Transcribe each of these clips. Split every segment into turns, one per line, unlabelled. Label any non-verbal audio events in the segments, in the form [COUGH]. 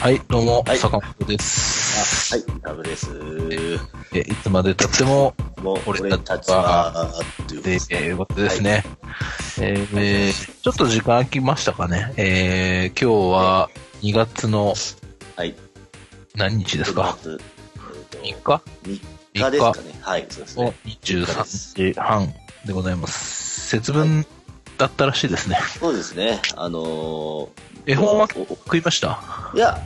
はい、どうも、
はい
坂本で
あ
す。
はい、ラブです。
えいつまで経っても、
もう
俺
俺
た
た
ち
ち
は
は、という
で
ことです、
え
ね。
ー、ことですね。えーえーちょっと時間空きましたかね。えー、今日は2月の
はい。
何日ですか
えっと、
?3 日
3日ですかね。はい、そうです
の
ね。
23時半でございます。節分だったらしいですね。
そうですね。あのー、
絵本は
おお
食いました
いや、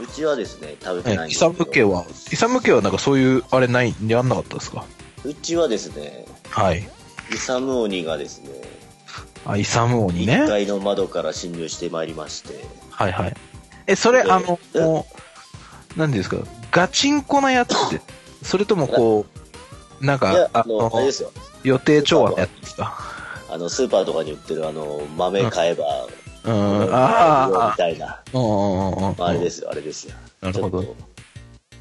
うちはですね、食べて
え
ない
イ
んですけ
サ
ど。
ム家は、イサム家はなんかそういう、あれない、やんなかったですか
うちはですね、
はい。
イサム鬼がですね、
あ、イサム鬼ね
1。階の窓から侵入してまいりまして、
はいはい。え、それ、
で
あの、
え
もう、なんていうんですか、ガチンコなやつって、それともこう、なん
いや
か、、
あ
あ
の、あれ
の
で、すよ。
予定調和のやつですか。
あの、スーパーとかに売ってる、あの、豆買えば、
う、
うんみ
ああ、
たいな。
うんうんうんうん。
まあ、あれですよ、あれですよ。
なるほど
ちょっ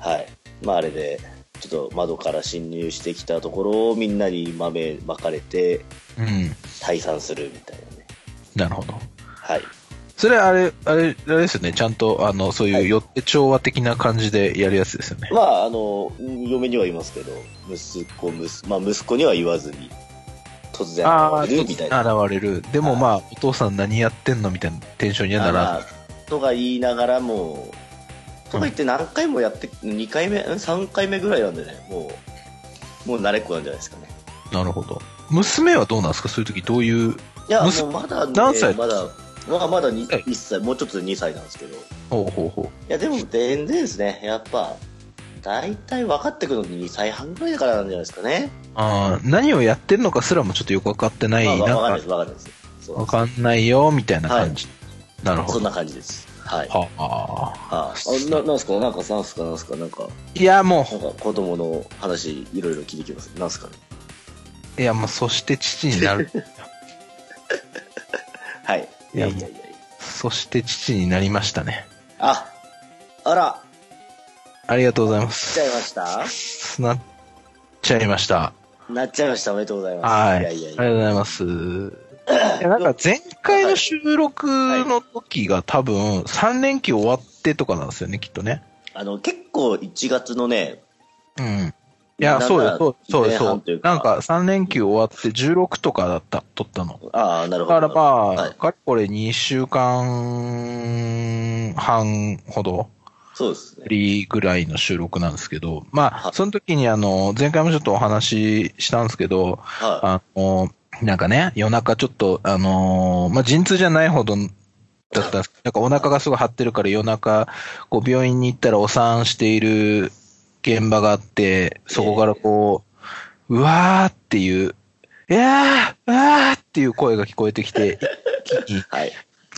と。はい。まあ、あれで、ちょっと窓から侵入してきたところをみんなに豆まかれて
うん、
退散するみたいなね。
なるほど。
はい。
それ、あれ、あれ、あれですよね。ちゃんと、あの、そういう予定調和的な感じでやるやつですよね。
まあ、あの、嫁には言いますけど、息子、息まあ、息子には言わずに、突然
ああ、
現れる
現
みたいな。
れる。でもまあ、お父さん何やってんのみたいなテンションにはなら
あーとか言いながらも、とか言って何回もやって、2回目、うん3回目ぐらいなんでね、もう、もう慣れっこなんじゃないですかね。
ん。なるほど。娘はどうなんですかそういう時どういう、
いや、も
娘
うまだ、ね、
何歳
まだ、まあ、まだに
はい
1歳、もうちょっとで2歳なんですけど。い
ほうほうほ
や、でも全然ですね。やっぱ、大体分かってくるのに2歳半ぐらいだからなんじゃないですかね。
う。ああ、何をやってんのかすらもちょっとよくわかってない、
まあ、
な
わかんな
ん
いです、分かんないです。
か、
そ
わ
う
かんないよ、みたいな感じ。なる
そ
ほ
ん
ど。
な感じです。はい。は
はあ。
あ、あななんすか、なんか、なんすか、なんすか、なんか、
いや、も
なんか子供の話、いろいろ聞いてきます。なんすかね。
う、いや、もう、そして父になる。 [LAUGHS]
はい。
い
い
や
やいやいやいや。
そして父になりましたね。
あ、あら、
ありがとうございま
来
す。
ちゃいました
なっちゃいました。
なっちゃいました。おめでとうございます。
はい。
いやいやい
ありがとう
や。
ございます。いやなんか前回の収録の時が多分3連休終わってとかなんですよね、きっとね。
あの、結構1月のね、
うん。いや、
なんか
そうよ、そうそうよ
前
そ
半というう。か
なんか3連休終わって16とかだった、撮ったの。
ああ、なる
だ
ほど。
からまあ、
はい
かれこれ2週間半ほど
そうです
ぶ
ね。
りぐらいの収録なんですけど、まあ
は、
その時にあの、前回もちょっとお話ししたんですけど、あ
は
の、なんかね、夜中ちょっと、あのーまあ、陣痛じゃないほどだったんですなんかお腹がすごい張ってるから夜中、こう病院に行ったらお産している現場があって、そこからこう、うわーっていう、いやー、うわーっていう声が聞こえてきて、一気に
い。はい。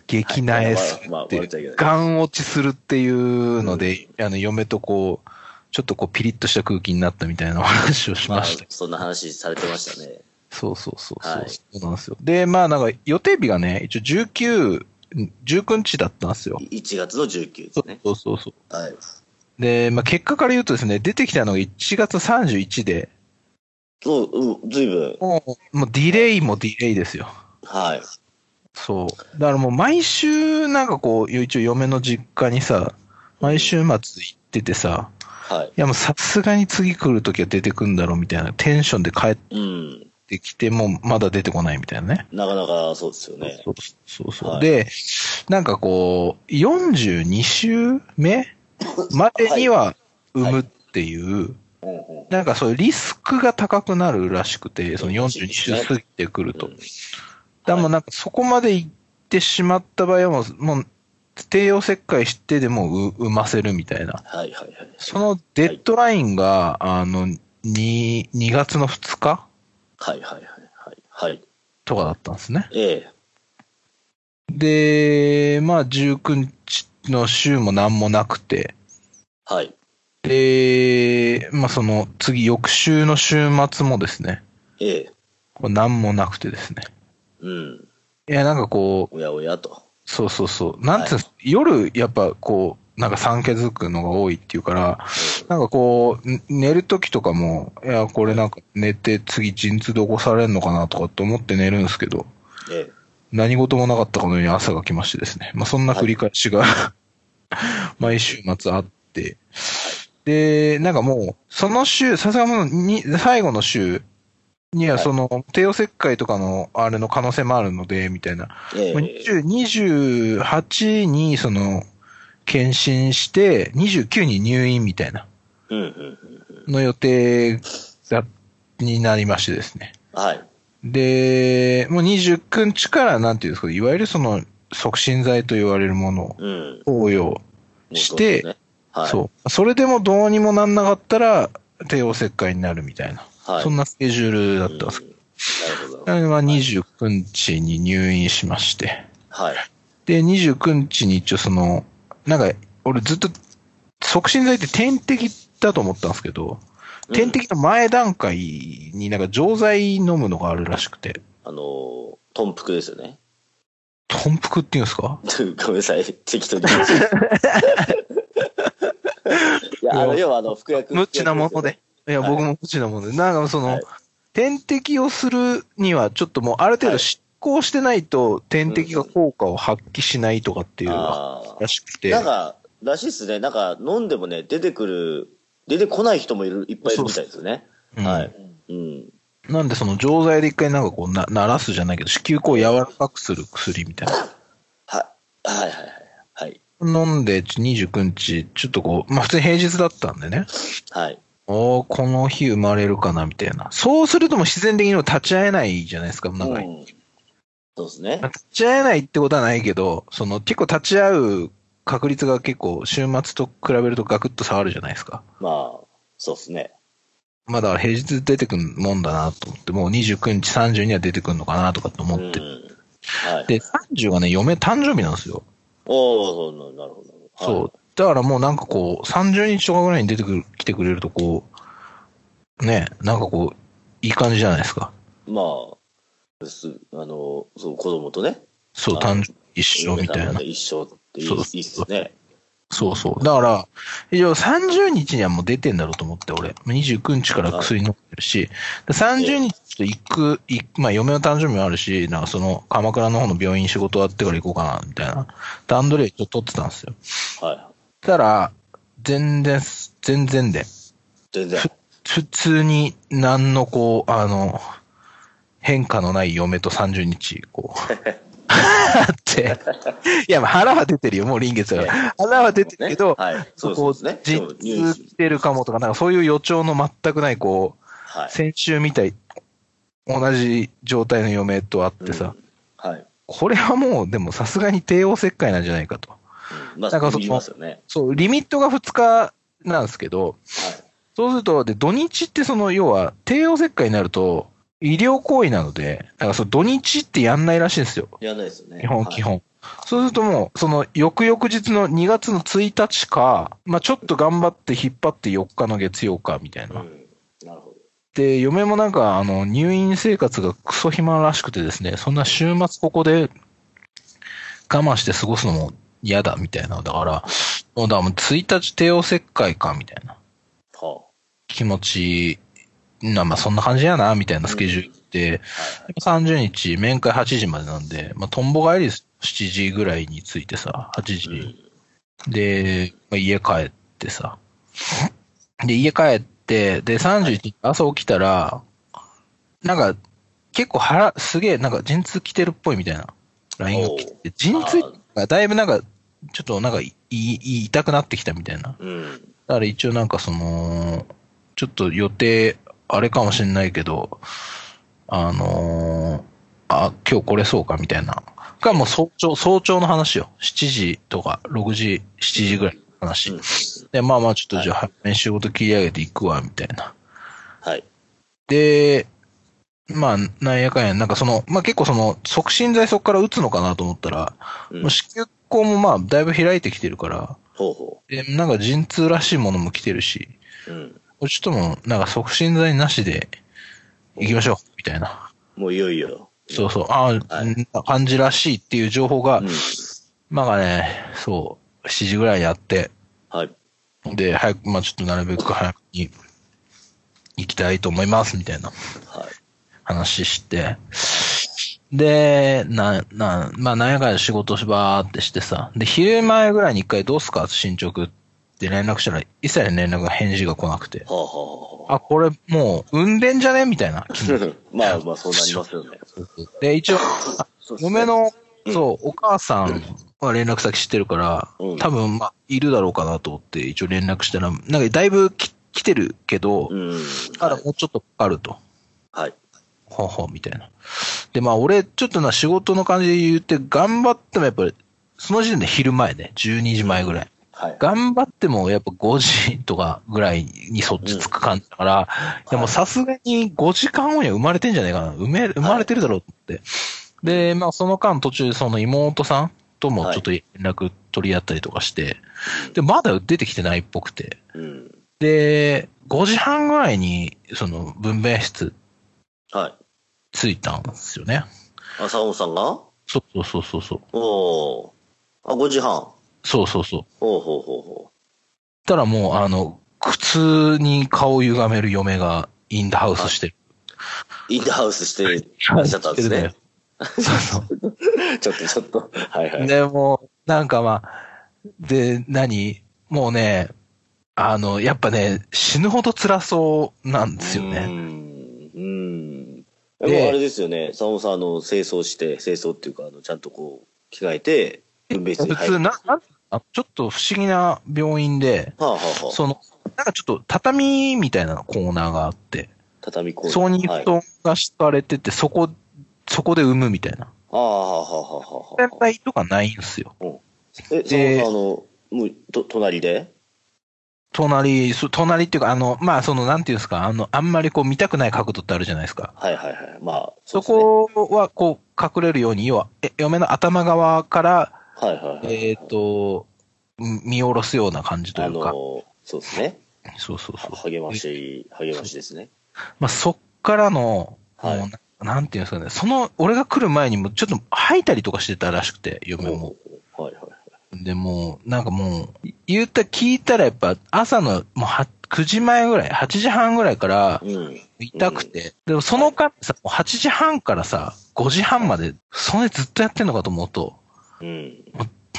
激なえす
ま
るっ
あまあまあ
てい
笑っちゃいうけ、ない
ガン落ちするっていうので、あの、嫁とこう、ちょっとこうピリッとした空気になったみたいなお話をし
ま
ま
あ
した。、
そんな話されてましたね。
そうそうそうそう。
はい
そうなんですよ。で、まあなんか予定日がね、一応19、19日だったんですよ。
1月の19で
そ
す
う
ね。
そうそうそう。
はい。
で、まあ結果から言うとですね、出てきたのが1月31で、
そう、うん、ずいぶん。
もう、もうディレイもディレイですよ。
はい。
そう。だからもう毎週なんかこう、一応嫁の実家にさ、毎週末行っててさ、
はい。
いやもうさすがに次来るときは出てくんだろうみたいなテンションで帰っ
うん。
てきてもまだ出てこないみたいなね。
なかなかそうですよね。
そうそうそう。
はい
で、なんかこう、42週目までには産むっていう、
うんうん。
なんかそういうリスクが高くなるらしくて、その42週過ぎてくると。
うん
でもうなんかそこまで行ってしまった場合はもう、もう、帝王切開してでもう産ませるみたいな。
はいはいはい。
そのデッドラインが、あの、2、2月の2日
はいはいはいはい。はい。
とかだったんですね。
ええ。
で、まあ19日の週も何もなくて、
はい。
で、まあその次翌週の週末もですね、
ええ。
これ何もなくてですね。
うん。
いや、なんかこう、
おやおやと。
そうそうそう、なんていうんですか、夜やっぱこう、なんか産気づくのが多いっていうから、なんかこう、ん寝るときとかも、いや、これなんか寝て次陣痛で起こされるのかなとかって思って寝るんですけど、
ええ。
何事もなかったかのように朝が来ましてですね。まあそんな繰り返しが、毎週末会って。で、なんかもう、その週、さすがもうに、最後の週には、
はい
その、帝王切開とかの、あれの可能性もあるので、みたいな。
ええ
まあ20 28に、その、検診して、29に入院みたいな、
うんうん
の予定だ、になりましてですね。
うん。はい。
で、もう29日から、なんていうんですか、いわゆるその、促進剤と言われるもの
うん。
を応用して、
ね、はい。
そう。それでもどうにもなんなかったら、帝王切開になるみたいな、
はい
そんなスケジュールだったんですけ
うんなるほ
ど、
ど。
なのでまあ29日に入院しまして、
はい。
で、29日に一応その、なんか、俺ずっと、促進剤って点滴だと思ったんですけど、
うん
点滴の前段階になんか錠剤飲むのがあるらしくて、
あのー、豚腹ですよね。
豚腹っていうんですか
[LAUGHS] ごめんなさい、適当に
[LAUGHS]
言いました。いや、あの、要はあの、服薬。
無知なもので。。いや、
はい
僕も無知なもので。なんかその、
はい
点滴をするには、ちょっともうある程
は
度
い
執行してないと、点滴が効果を発揮しないとかっていうのが
ああ
らしくて。
なんか、らしいっすね。なんか、飲んでもね、出てくる、出てこない人もいる、いっぱいいるみたいですよね。
うん
はい。うん。
なんでその錠剤で一回なんかこうな、鳴らすじゃないけど、子宮口を柔らかくする薬みたいな。
は、はいはいはい。はい。
飲んで29日、ちょっとこう、まあ普通に平日だったんでね。
はい。
おおこの日生まれるかな、みたいな。そうするともう自然的にも立ち会えないじゃないですか、なんか
うんそうですね。
立ち会えないってことはないけど、その結構立ち会う確率が結構週末と比べるとガクッと下がるじゃないですか。
まあ、そうですね。
まあだから平日出てくるもんだなと思って、もう29日30には出てくるのかなとかと思
う
って。
ん。はい。
で、30がね、嫁誕生日なんですよ。
おおそうななるほど。。
そうう。だからもうなんかこう、30日とかぐらいに出てくる、来てくれるとこう、ね、なんかこう、いい感じじゃないですか。
まあ、すあの、そう、子供とね、
そう、
あ
誕生日一緒みたいな。
一緒っていい
そう
いいっすね。
そうそう。だから、一応30日にはもう出てんだろうと思って、俺。29日から薬飲んでるし、で30日ちょっと行く、行くまあ嫁の誕生日もあるし、なんかその、鎌倉の方の病院仕事終わってから行こうかな、みたいな。段取りをちょっと取ってたんですよ。
はい。
たら、全然、全然で、
全然。
普通に何のこう、あの、変化のない嫁と30日、こう。 [LAUGHS] あって。いや、まあ腹は出てるよ、もう臨月だから。腹は出てるけど、
はい。
そ
そ
こ
うですね。
実
そう入院
通
する
来てるかもとか、なんかそういう予兆の全くない、こう、
はい。
先週みたい、同じ状態の嫁と会ってさ、
うん。はい。
これはもう、でもさすがに帝王切開なんじゃないかと。
うんまあ、
な
なん
かそ
んかそ
の
言いますよね。
そう、リミットが2日なんですけど、
はい。
そうすると、で、土日ってその、要は、帝王切開になると、医療行為なので、だからその土日ってやんないらしいんですよ。
やらないですよね。
基本、
はい
基。本。そうするともう、その、翌々日の2月の1日か、まあちょっと頑張って引っ張って4日の月曜か、みたいな
う。ん。なるほ
で、嫁もなんか、あの、入院生活がクソ暇らしくてですね、そんな週末ここで我慢して過ごすのも嫌だみたいな。だから、もうだからもう1日帝王切開か、みたいな
ど。は
気持ち、な、まあそんな感じやな、みたいなスケジュールで、
あ。はいは
30
い。
日、面会8時までなんで、まあ、トンボ帰りです7時ぐらいに着いてさ、8時。で、まあ、家帰ってさ。で、家帰って、で、31朝起きたら、なんか、結構腹、すげえ、なんか、陣痛来てるっぽいみたいな、LINE が来てて、陣痛がだいぶなんか、ちょっとなんかい、いい痛くなってきたみたいな。
うん。
だから一応なんかその、ちょっと予定、あれかもしれないけど、あのーあ、今日これそうかみたいな。がもう早朝、早朝の話よ。7時とか、6時、7時ぐらいの話。
うん。
で、まあまあちょっとじゃあ、早めに仕事切り上げていくわ、みたいな。
はい。
で、まあ、なんやかんや、なんかその、まあ結構その、促進剤そこから打つのかなと思ったら、
うん
もう子宮口もまあ、だいぶ開いてきてるから、
ほうほ
で、なんか陣痛らしいものも来てるし、
う。うん。
これちょっともう、なんか促進剤なしで行きましょう、みたいな。
もういよいよ。
そうそう、ああ、
い
んな感じらしいっていう情報が、
うん。
まあね、そう、7時ぐらいにあって、
はい。
で、早く、まあちょっとなるべく早くに行きたいと思います、みたいな
はい。
話して、で、な、な、まあ、なんやかんや仕事しばーってしてさ。で、昼前ぐらいに一回どうすか進捗って連絡したら、一切連絡が返事が来なくて。
はあはあはあ。
あ、これもう、運でんじゃねみたいな。
まあまあ、そうなりますよね。
で、一応、
そうですね
嫁の、そう、お母さんは連絡先知ってるから
うん、
多分、まあ、いるだろうかなと思って、一応連絡したら、なんかだいぶき来てるけど、
うん。
だからもうちょっとかかると。
はい。
ほうほうみたいな。で、まあ、俺、ちょっとな、仕事の感じで言って、頑張ってもやっぱり、その時点で昼前ね、12時前ぐらい。
はい。
頑張ってもやっぱ5時とかぐらいにそっち着く感じだから、でもさすがに5時間後には生まれてんじゃないかな。生め、生まれてるだろうと思って。で、まあ、その間途中、その妹さんともちょっと連絡取り合ったりとかして、で、まだ出てきてないっぽくて。
うん。
で、5時半ぐらいに、その、分娩室
はい。
着いたんですよね。
あ、坂本さんが
そうそうそうそうそう。
おおー。あ、5時半。
そうそうそう。
ほうほうほうほ
たらもう、あの、苦痛に顔を歪める嫁がインダハウスしてる。
う。インターハウスしてる、らっしゃったんです
してる
ね
ね。そうそ
[LAUGHS] ちょっとちょっと。はいは
う。
い。
で、もう、なんかまあ、で、何もうね、あの、やっぱね、死ぬほど辛そうなんですよ
う
ね。
ん。うん。で
で
もあれですよね、坂本さん、あの、清掃して、清掃っていうか、あの、ちゃんとこう、着替えて、分娩室に
普
入
通、
る。
な、なんあちょっと不思議な病院で、
はあはあはあ。
その、なんかちょっと畳みたいなコーナーがあって、
畳コーナー。
そこに布
はい。
団が敷かれてて、そこ、そこで産むみたいな。
ああ、はあはあはあはあ
洗剤とかないんですよ。
え、坂本さん、あの、もう、と、隣で
隣、そ隣っていうか、あの、まあ、その、なんていうんですか、あの、あんまりこう見たくない角度ってあるじゃないですか。
はいはいはい。まあ、
そう
ですね
こは、こう、隠れるように、要は、え嫁の頭側から、
はいはいはい。
えっ、と、ん見下ろすような感じとい
あ
うか、
の、そうですね。
そうそうそう。
励まし、励ましですね。
まあ、そっからの、
はい
もうななんていうんですかね、その、俺が来る前にも、ちょっと吐いたりとかしてたらしくて、嫁も。
はいはい。
で、もう、なんかもう、言った、聞いたらやっぱ、朝の、もうは、9時前ぐらい、8時半ぐらいから、
うん。
痛くて。でも、その間さ、もう8時半からさ、5時半まで、それずっとやってんのかと思うと、
うん。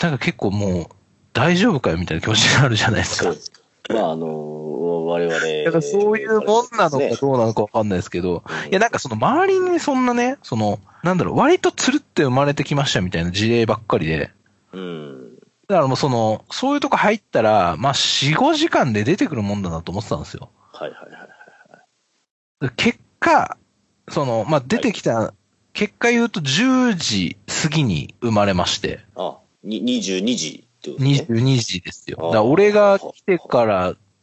なんか結構もう、大丈夫かよみたいな気持ちになるじゃないです
そう
か
で。す。まあ、あの、我々。
だからそういうもんなのか
ね
どうなのかわかんないですけど、
うん
いや、なんかその周りにそんなね、その、なんだろう、割とつるって生まれてきましたみたいな事例ばっかりで、
うん。
だからもうその、そういうとこ入ったら、まあ4、5時間で出てくるもんだなと思ってたんですよ。
はいはいはい。
で結果、その、まあ出てきた、結果言うと10時過ぎに生まれまして、
あ、に22時ってことですね。
22時ですよ。
あー
だから俺が来てから、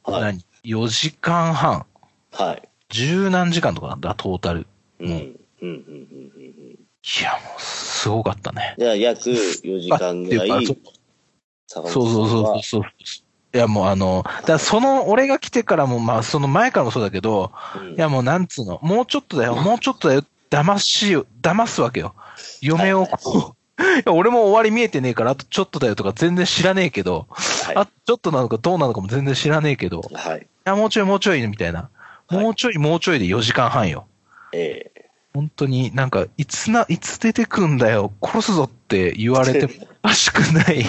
はい。
何 ?4 時間半、
は
十何時間とかなんだ、トータル。
い。うん。うんうんうんうんうん。
いや、もう、すごかったね。
じゃあ、約4時間ぐらい
あっていう、
坂本さ
そ
ん
うそうそう
は
そう。いや、もうあの、だからその、俺が来てからも、まあ、その前からもそうだけど、
うん
いや、もうなんつうの、もうちょっとだよ、もうちょっとだよ、騙しよ、騙すわけよ。嫁をこう、いや俺も終わり見えてねえから、あとちょっとだよとか全然知らねえけど、
はい
あとちょっとなのかどうなのかも全然知らねえけど、い
はい。
や、もうちょいもうちょいみたいな。
はい
もうちょいもうちょいで4時間半よ。
ええ。
本当になんか、いつな、いつ出てくんだよ、殺すぞって言われてもおかしく [LAUGHS] ない。い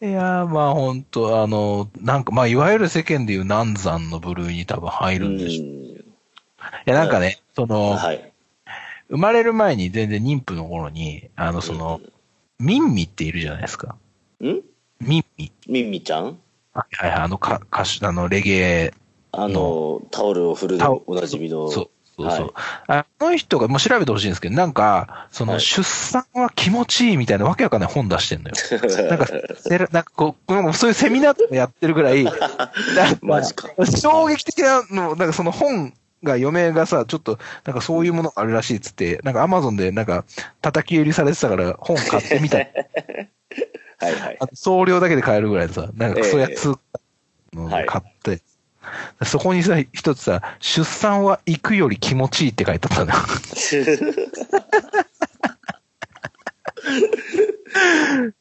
やー、まあ本当あの、なんか、まあいわゆる世間でいう難産の部類に多分入
う
るんでしょうね
ん。
いや、なんかね、その、
はい。
生まれる前に全然妊婦の頃に、あの、その、ミンミっているじゃないですか。
ん
ミンミ。
ミミちゃん
はいはいはい、あの、か歌手、あの、レゲエ、
あの、タオルを振るで
タオ
おなじみの。
そう、そう
はい
そう、あの人が、もう調べてほしいんですけど、なんか、その、
はい
出産は気持ちいいみたいなわけわかんない本出してんの
[LAUGHS]
よ。なんか、セラなんかこう、なんかそういうセミナーとかやってるぐら
[LAUGHS]
い、なんか
マジか
衝撃的なの、なんかその本が、嫁がさ、ちょっと、なんかそういうものがあるらしいっつって、なんかアマゾンでなんか叩き売りされてたから本買ってみたい。
はいはい。
あと送料だけで買えるぐらいのさ、なんかクソやつのを買って、そこにさ、一つさ、出産は行くより気持ちいいって書いてあったのよ。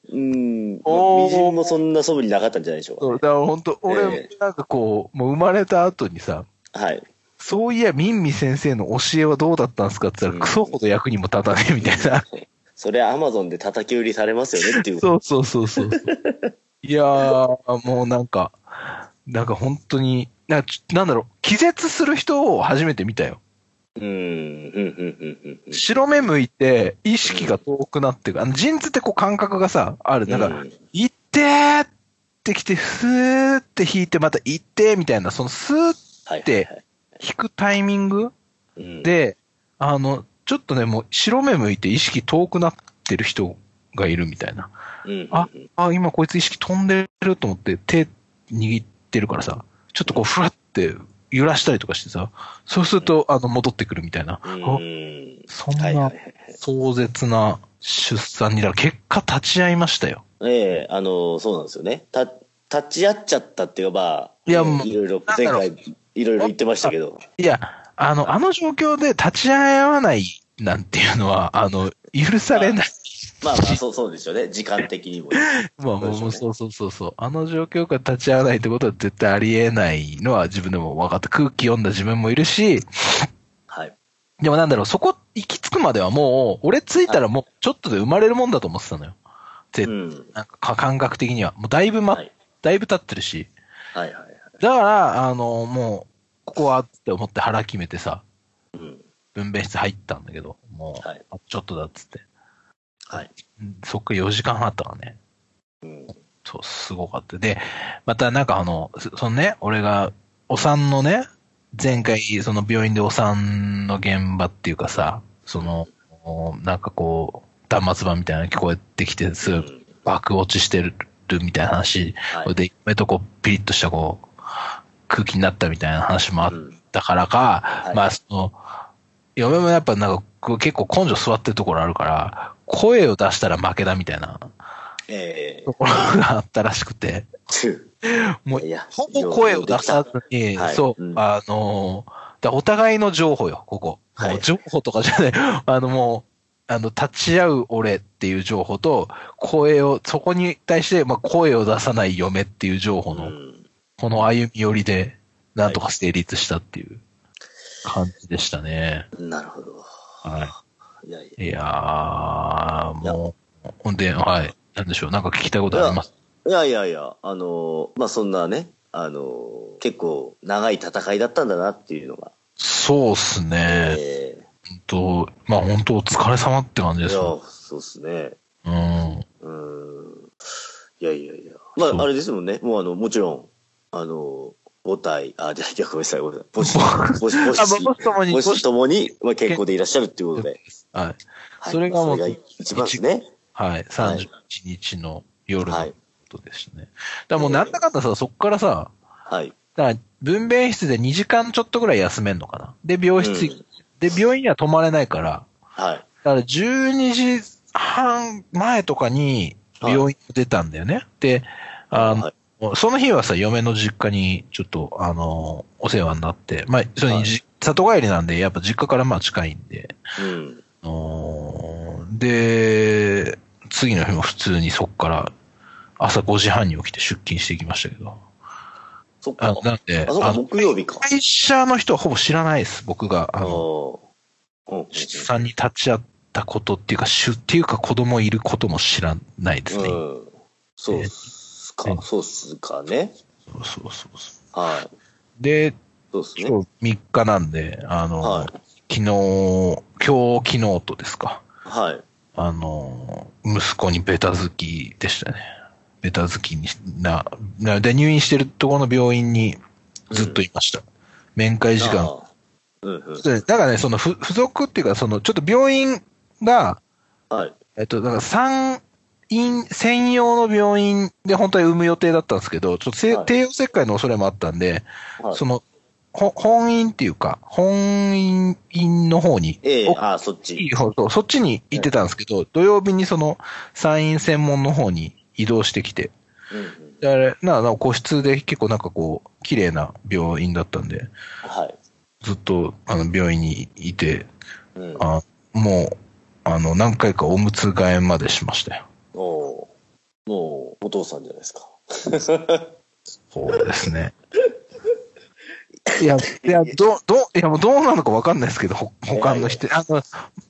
うん。み
おー
じんもそんな素振りなかったんじゃないでしょう
[LAUGHS] そうだから本当、俺
え、
なんかこう、もう生まれた後にさ、
か。はい。
そういや、ミンミ先生の教えはどうだったんですかって言ったら、クソほど役にも立たねえみたい
[LAUGHS]
な。
それアマゾンで叩き売りされますよねっていう。
そうそうそうそう。
[LAUGHS]
いやー、もうなんか、なんか本当に、なんかちなんだろう、気絶する人を初めて見たよ。
うん、うん、うん、うん、うん。
白目向いて、意識が遠くなってく。あの、ジンズってこう感覚がさ、ある。なんか、
うん
いってーってきて、スーって引いて、またいってーみたいな、そのスーって
はいはい
で
はい
引くタイミング
うん、
で、あの、ちょっとね、もう白目向いて意識遠くなってる人がいるみたいな。
うん、うん、
あ、あ、今こいつ意識飛んでると思って手握ってるからさ、ちょっとこうふらって揺らしたりとかしてさ、そうすると、あの、戻ってくるみたいな。
う
あ
ん。
そん
はいはい
な
は。
い壮絶な出産に、だから結果立ち会いましたよ。
ええあの、そうなんですよね。た、立ち会っちゃったっていうか、まあ、
いやもう
いろいろ、
なん
前
だろう
回、いろいろ言ってましたけど。
いや、あの、あの状況で立ち会わないなんていうのは、あの、許されない。
まあまあ、そう、そうですよね。時間的にも。
まあ、もう、
そうでし
そ
ょ
うそうそうそう。あの状況から立ち会わないってことは絶対ありえないのは自分でも分かった。空気読んだ自分もいるし、
はい。
でもなんだろう、そこ行き着くまではもう、俺着いたらもうちょっとで生まれるもんだと思ってたのよ。
う
絶
ん。
なんかか感覚的には。もうだいぶま、
はい
だいぶ経ってるし。
はいはいはい。
だから、あの、もう、ここはって思って腹決めてさ、
うん。
分娩室入ったんだけど、もう、
はい
あちょっとだっつって。
はい。
うんそっから4時間半あったからね。
うん。
そう、すごかった。で、またなんかあの、そそのね、俺が、お産のね、前回、その病院でお産の現場っていうかさ、その、なんかこう、端末版みたいなの聞こえてきて、す
う
ごい
ん
爆落ちしてるみたいな話、
はい。
で、目とこう、ピリッとしたこう、空気になったみたいな話もあっ
うん
たからか、
はい
まあその、嫁もやっぱなんかこう結構根性座ってるところあるから、声を出したら負けだみたいな
ええ
ところがあったらしくて、 [LAUGHS] もう
いや、
ほぼ声を出さずに、
はい
そう、
うん
あのーだお互いの情報よ、ここ。
はい
もう情報とかじゃない。 [LAUGHS] あのもう、あの、立ち会う俺っていう情報と、声を、そこに対して、まあ、声を出さない嫁っていう情報
う
の、
ん。
この歩み寄りで、なんとか成立したっていう感じでしたね。
なるほど。
はい
やいや。
い。いやー、もう、ほんで、はい。なんでしょう、なんか聞きたいことあります
いやいやいや、あのーまあ、そんなね、あのー結構長い戦いだったんだなっていうのが。
そうっすね。
え
と、まあ本当お疲れ様って感じで
えい
すよ。
や、そうっすね。
うん。
うーん。いやいやいや。ま
そう
あ、あれですもんね。もうあの、もちろん、あのー、母体、あ、じゃごめんなさい、ごめんなさい。母子、母子、母
[LAUGHS] あ母子
子、
共に
母子ともに、まあ、健康でいらっしゃるっていうことで。
はい。
はい
それがもう
まあそれが一番ですね。
はい。31日の夜の
はい
ことでしたね。だからもうなんだかんださ、そっからさ、
はい。
だから分娩室で2時間ちょっとぐらい休めんのかな。で、病室行く、で、病院には泊まれないから、
はい。
だから12時半前とかに
はい
病院出たんだよね。で、あの、
はい
その日はさ、嫁の実家にちょっと、あの、お世話になって、まあ、それにじ、里帰りなんで、やっぱ実家からまあ近いんで、
うん。
あのーで、次の日も普通にそっから、朝5時半に起きて出勤してきましたけど。
そっ
あ
か
の。なんで、
あ、そっか、
あの
木曜日か。
会社の人はほぼ知らないです、僕が。あ
あ
の、
ーうんうんうん
出産に立ち会ったことっていうか、出っていうか子供いることも知らないですね。
うん。そうっす
ええ
か、そうっすかね。
そうそうそうそう。
はい。
で、
そうっすね。
今日3日なんで、あの、
はい
昨日、今日、昨日とですか。
はい。
あの、息子にベタ好きでしたね。ベタ好きにな、なで入院してるところの病院にずっといました。面会時間。
ああ。うんうん。
でだからね、そのふ付属っていうか、そのちょっと病院が、
はい。
えっと、だから産院専用の病院で本当は産む予定だったんですけど、ちょっとせ、
はい
帝王切開の恐れもあったんで、
はい
その、ほ本院っていうか、本院院の方に、
ええ
お
ああ、そっ
いい
ち。
方と、そっちに行ってたんですけど、土曜日にその産院専門の方に移動してきて、
うんうん。
であれ、な、な、個室で結構なんかこう、綺麗な病院だったんで、
はい。
ずっとあの病院にいて、
うん。
あもう、あの、何回かおむつ替えまでしましたよ。
おおー。もう、お父さんじゃないですか。
そうですね。いや、いや、どう、どう、いや、もうどうなのかわかんないですけど、ほ他の人。あの、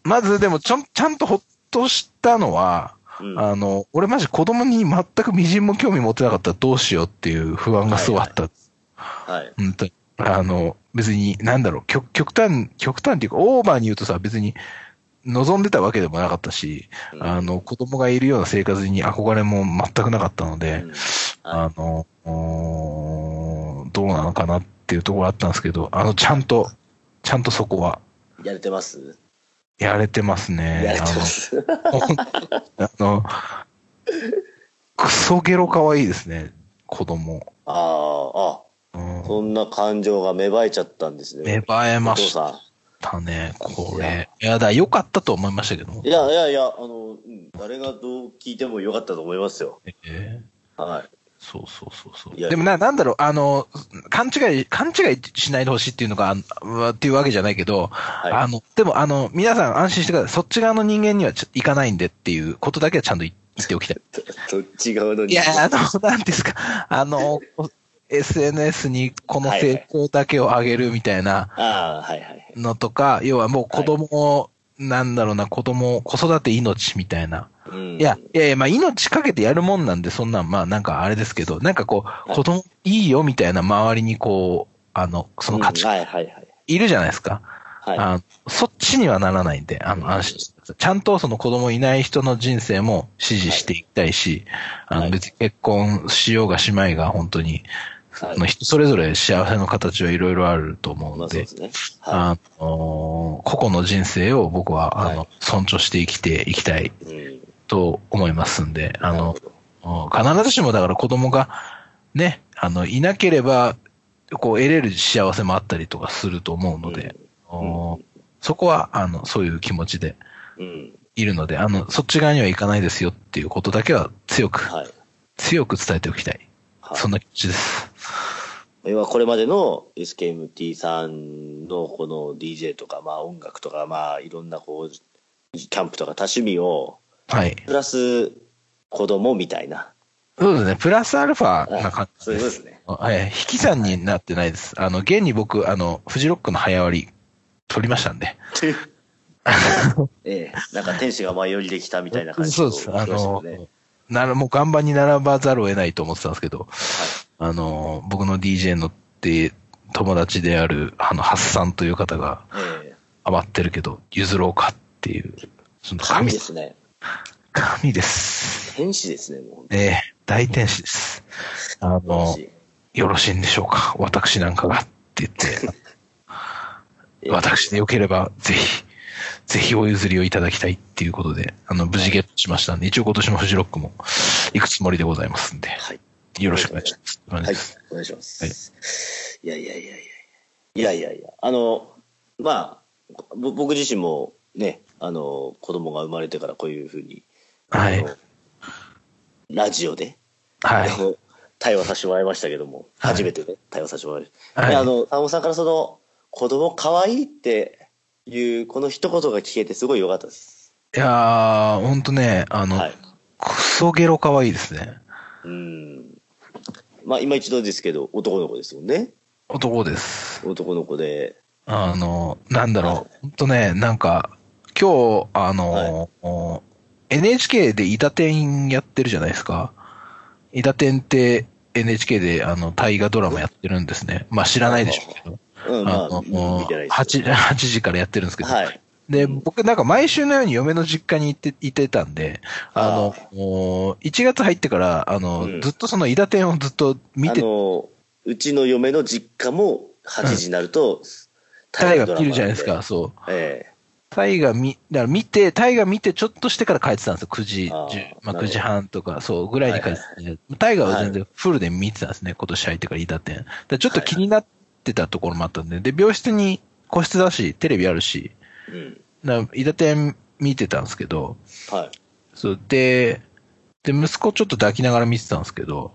まずでも、ちょん、ちゃんとほっとしたのは、
うん
あの、俺マジ子供に全く微塵も興味持てなかったらどうしようっていう不安がすごかった。
はい。
本当に。あの、別に、なんだろう、極極端、極端っていうか、オーバーに言うとさ、別に、望んでたわけでもなかったし、
うん
あの、子供がいるような生活に憧れも全くなかったの
う
で、
ん
あ
は
の、おーどうなのかなっていうところあったんですけど、あの、ちゃんと、ちゃんとそこは、
いやれてます
やれてますね。
やれてます。
あのほんあの、 [LAUGHS] クソゲロ可愛いですね、子供。
[LAUGHS] ああ、あ
うん
そんな感情が芽生えちゃったんですね。
芽生え
お
ま
父
し
さ
たね、これ。いや、だから良かったと思いましたけど。
ん。いやいやいや、あの、うん誰がどう聞いてもよかったと思いますよ。
ええ
は
そうそうそうそ
いや
う。でもな、なんだろう、あの、勘違い、勘違いしないでほしいっていうのが、あんうわっていうわけじゃないけど、
い
あの、でも、あの、皆さん安心してください。そっち側の人間にはちょ行かないんでっていうことだけはちゃん [LAUGHS]
[LAUGHS]
と言っておきたい。
い。どっち側の
い
人
や、
間
あの、なんですか、あの、SNS にこの成功だけを上げるみたいな、
ああ、はいはいはい。
のとか、要はもう子供を、なんだろうな、子供、子育て命みたいな。
うん、
いや、いやいや、まあ命かけてやるもんなんで、そんなん、まあなんかあれですけど、なんかこう、
い
子供いいよみたいな周りにこう、あの、その価値
うんはいはいはい。
いるじゃないですか。
はい。
あのそっちにはならないんで、あの、安心してくださいちゃんとその子供いない人の人生も支持していきたいし、あ
は
の、
い
別に結婚しようがしまいが、本当に、
は
あ
い
の人それぞれ幸せの形はいろいろあると思う
ま
の
あそう
で
で、すね。は
あの個々の人生を僕は、あの、
はい
尊重して生きていきたい
い。うん。
と思いますんで、あ
なる
の
ほ、ど
必ずしもだから子供が、ね、あの、いなければ、こう、得れる幸せもあったりとかすると思うので、あのそこは、あの、そういう気持ちで
うん。
いるので、あの、そっち側には行かないですよっていうことだけは強く、
はい。
強く伝えておきたい。
はい
そんな気持ちです。
今これまでの SKMT さんのこの DJ とか、まあ、音楽とか、まあ、いろんなこうキャンプとか多趣味を
はい。
プラス子供みたいな
そうですね。プラスアルファな感じ
そう
で
いうこ
す
と。ですね
はい、引き算になってないです。あの、現に僕、あの、フジロックの早割り、取りましたんで。
[LAUGHS] ええなんか天使が舞い降りてきたみたいな感じ
そうです。あ
面白いですよ
の
ね、
なら、もう岩盤に並ばざるを得ないと思ってたんですけど、あの、僕の DJ のって、友達である、あの、ハッサンという方が
ええ
余ってるけど、譲ろうかっていう、その
神
神
で
です。
すね
神です。
天使ですねもう
ええ大天使です。あの、よろしいんでしょうか私なんかがって言って、
ええ
私でよければ、ぜひ、ぜひお譲りをいただきたいっていうことで、あの、無事ゲットしましたんで、一応今年もフジロックも行くつもりでございますんで、
はい
よろしくお願いします。
はい、お願いします。い、やいやいやいやいやいやいやいや、あの、まあ、ぼ僕自身もね、あの、子供が生まれてからこういうふうに、
は
あ
い
の。ラジオで、
はい。
あの対話させてもらいましたけども、
はい
初めてね、対話させてもらいました。
はい
であの、田本さんからその、子供可愛いっていう、この一言が聞けてすごい良かったです。
いやー、ほんとね、あの、
はい。
クソゲロ可愛いですね。
うん。まあ、今一度ですけど、男の子ですもんね。
男です。
男の子で。
あの、なんだろう、ほんとね、なんか、今日、あの、NHK でイダテンやってるじゃないですか。イダテンって NHK で、あの、大河ドラマやってるんですね。まあ、知らないでしょうけど。
うん、まあ、
の
見てないですけ
8、
ど。
8時からやってるんですけど、
はい。
で、僕なんか毎週のように嫁の実家に行って、いてたんで、あの、もう1月入ってから、あの、
うん
ずっとその伊田店をずっと見て
あ、のうちの嫁の実家も8時になると、
タイが
ドラマ
見
なん
るじゃないですか、そう。
え
タイが見、だから見て、タイが見てちょっとしてから帰ってたんですよ、9時、
あー
10
な
まあ
るほど
9時半とか、そう、ぐらいに帰ってたんでタイガーは全然フルで見てたんですね、今年入ってから伊田店。だからちょっと気になってたところもあったんで、で、病室に、個室だし、テレビあるし、
えうん。
だから伊田店見てたんですけど、
はい。
そう、で、で、息子ちょっと抱きながら見てたんですけど、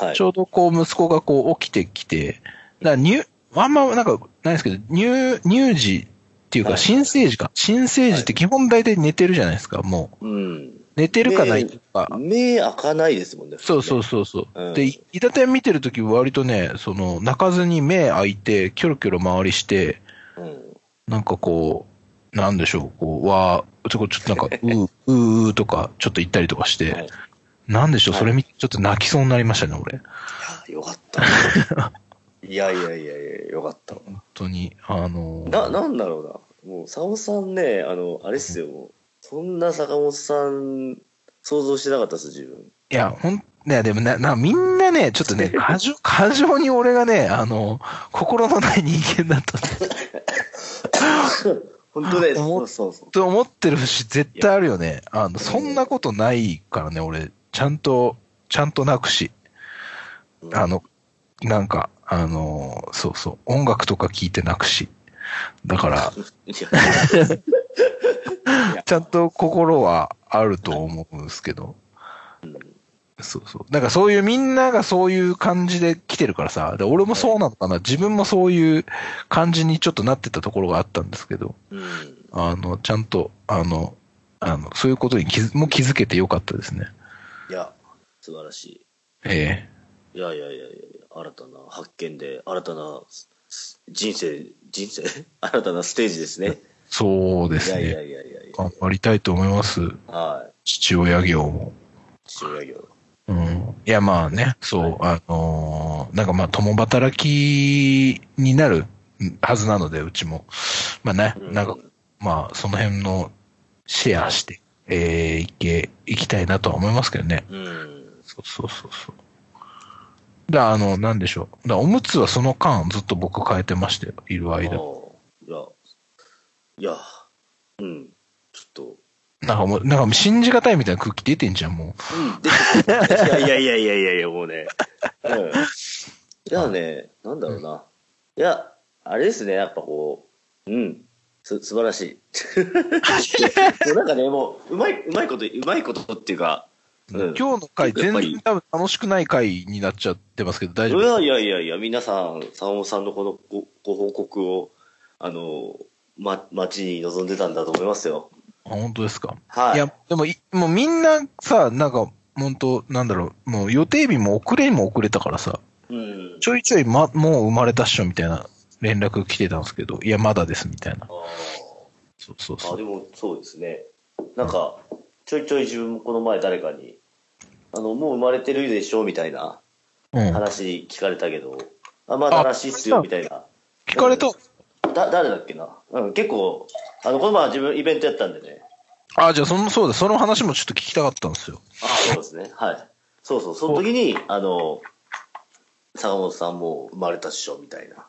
はい。
ちょうどこう息子がこう起きてきて、だから入、あんまなんかないですけど、入、乳児っていう
は
か
い
新生児か。新生児って基本大体寝てるじゃないですか、も
うん。
う。寝てるかないか。
目開かないですもんね。。
そうそううそうそう。
うん
で、いいた天見てるとき割とね、その、泣かずに目開いて、キョロキョロ回りして、
うん、
なんかこう、なんでしょう、こう、わー、ちょこちょっと
[LAUGHS]
なんか、うー、うーうーとか、ちょっと言ったりとかして、
はいい
なんでしょう、
はい
それ見て、ちょっと泣きそうになりましたね、俺。
やよかった。いやいやいやいや、よかった。
本当に、あのー
な、なんだろうな。もう、佐尾さんね、あの、あれっすよ、もうそんな坂本さん、想像してなかったっす、自分。
いや、ほん、いや、でもな、な、みんなね、ちょっとね、過剰、過剰に俺がね、あの、心のない人間だった
本当ね、
思
そ
っ
うそうそう。
と思ってる節絶対あるよね。あの、そんなことないからね、俺、ちゃんと、ちゃんとなくし、
うん
あの、なんか、あの、そうそう、音楽とか聞いてなくし。だから、
いや
ちゃんと心はあると思うんですけど。そうそう。なんかそういうみんながそういう感じで来てるからさ、で俺もそうなのかな、自分もそういう感じにちょっとなってたところがあったんですけど、
うん。
あの、ちゃんと、あの、あの、そういうことに気づ、もう気づけてよかったですね。
いや、素晴らし
え
い。いやいやいやいや、新たな発見で、新たなすす人生、人生、 [LAUGHS] 新たなステージですね。
えそうで
い
す
や
ね。
いやいやいやいや。
頑張りたいと思います。
は
父親業も。
い。父親業。
うん。いや、まあね、そう、あのーなんかまあ、共働きになるはずなので、うちも。まあね、
うん
なんか、まあ、その辺のシェアして、えー、いけ、いきたいなとは思いますけどね。
うん。
そうそうそうそう。だあの、なんでしょう。だおむつはその間、ずっと僕変えてましたよ、いる間。
もういや、いや、うん。ちょっと、
なんかもう、なんかもう信じがたいみたいな空気出てんじゃん、も
うん、で
[LAUGHS]
いやいやいやいやいやいや、もうね。うん。いやね、なんだろうな。いや、あれですね、やっぱこう、うん、す、素晴らしい。
[LAUGHS]
もうなんかね、もう、うまい、うまいこと、うまいことっていうか、
う。
うん。
今日の回、
やっ
全
ぱり
然多分楽しくない回になっちゃってますけど、大
い
丈夫
やいやいやいや、皆さん、坂本さんのこのごご報告を、あの、ま、待ちに望んでたんだと思いますよ。
あ本当ですか。
はい。
いや、でもい、もうみんなさ、なんか、本当なんだろう、もう予定日も遅れにも遅れたからさ、
うん。
ちょいちょい、ま、もう生まれたっしょみたいな連絡来てたんですけど、いや、まだですみたいな
あ。ー
そうそう
あ
そう。
でもそうですねなんかちょいちょい自分もこの前誰かにあのもう生まれてるでしょみたいな
うん。
話聞かれたけど、あまあ
あ
らしいっすよみたいな
聞かれた
だ誰だっけな、うん、結構あのこの前自分イベントやったんでね
あ、じゃあ、その、そうだ、その話もちょっと聞きたかったんですよ。
あそうですねはいそうそうその時にあの坂本さんもう生まれたっしょみたいな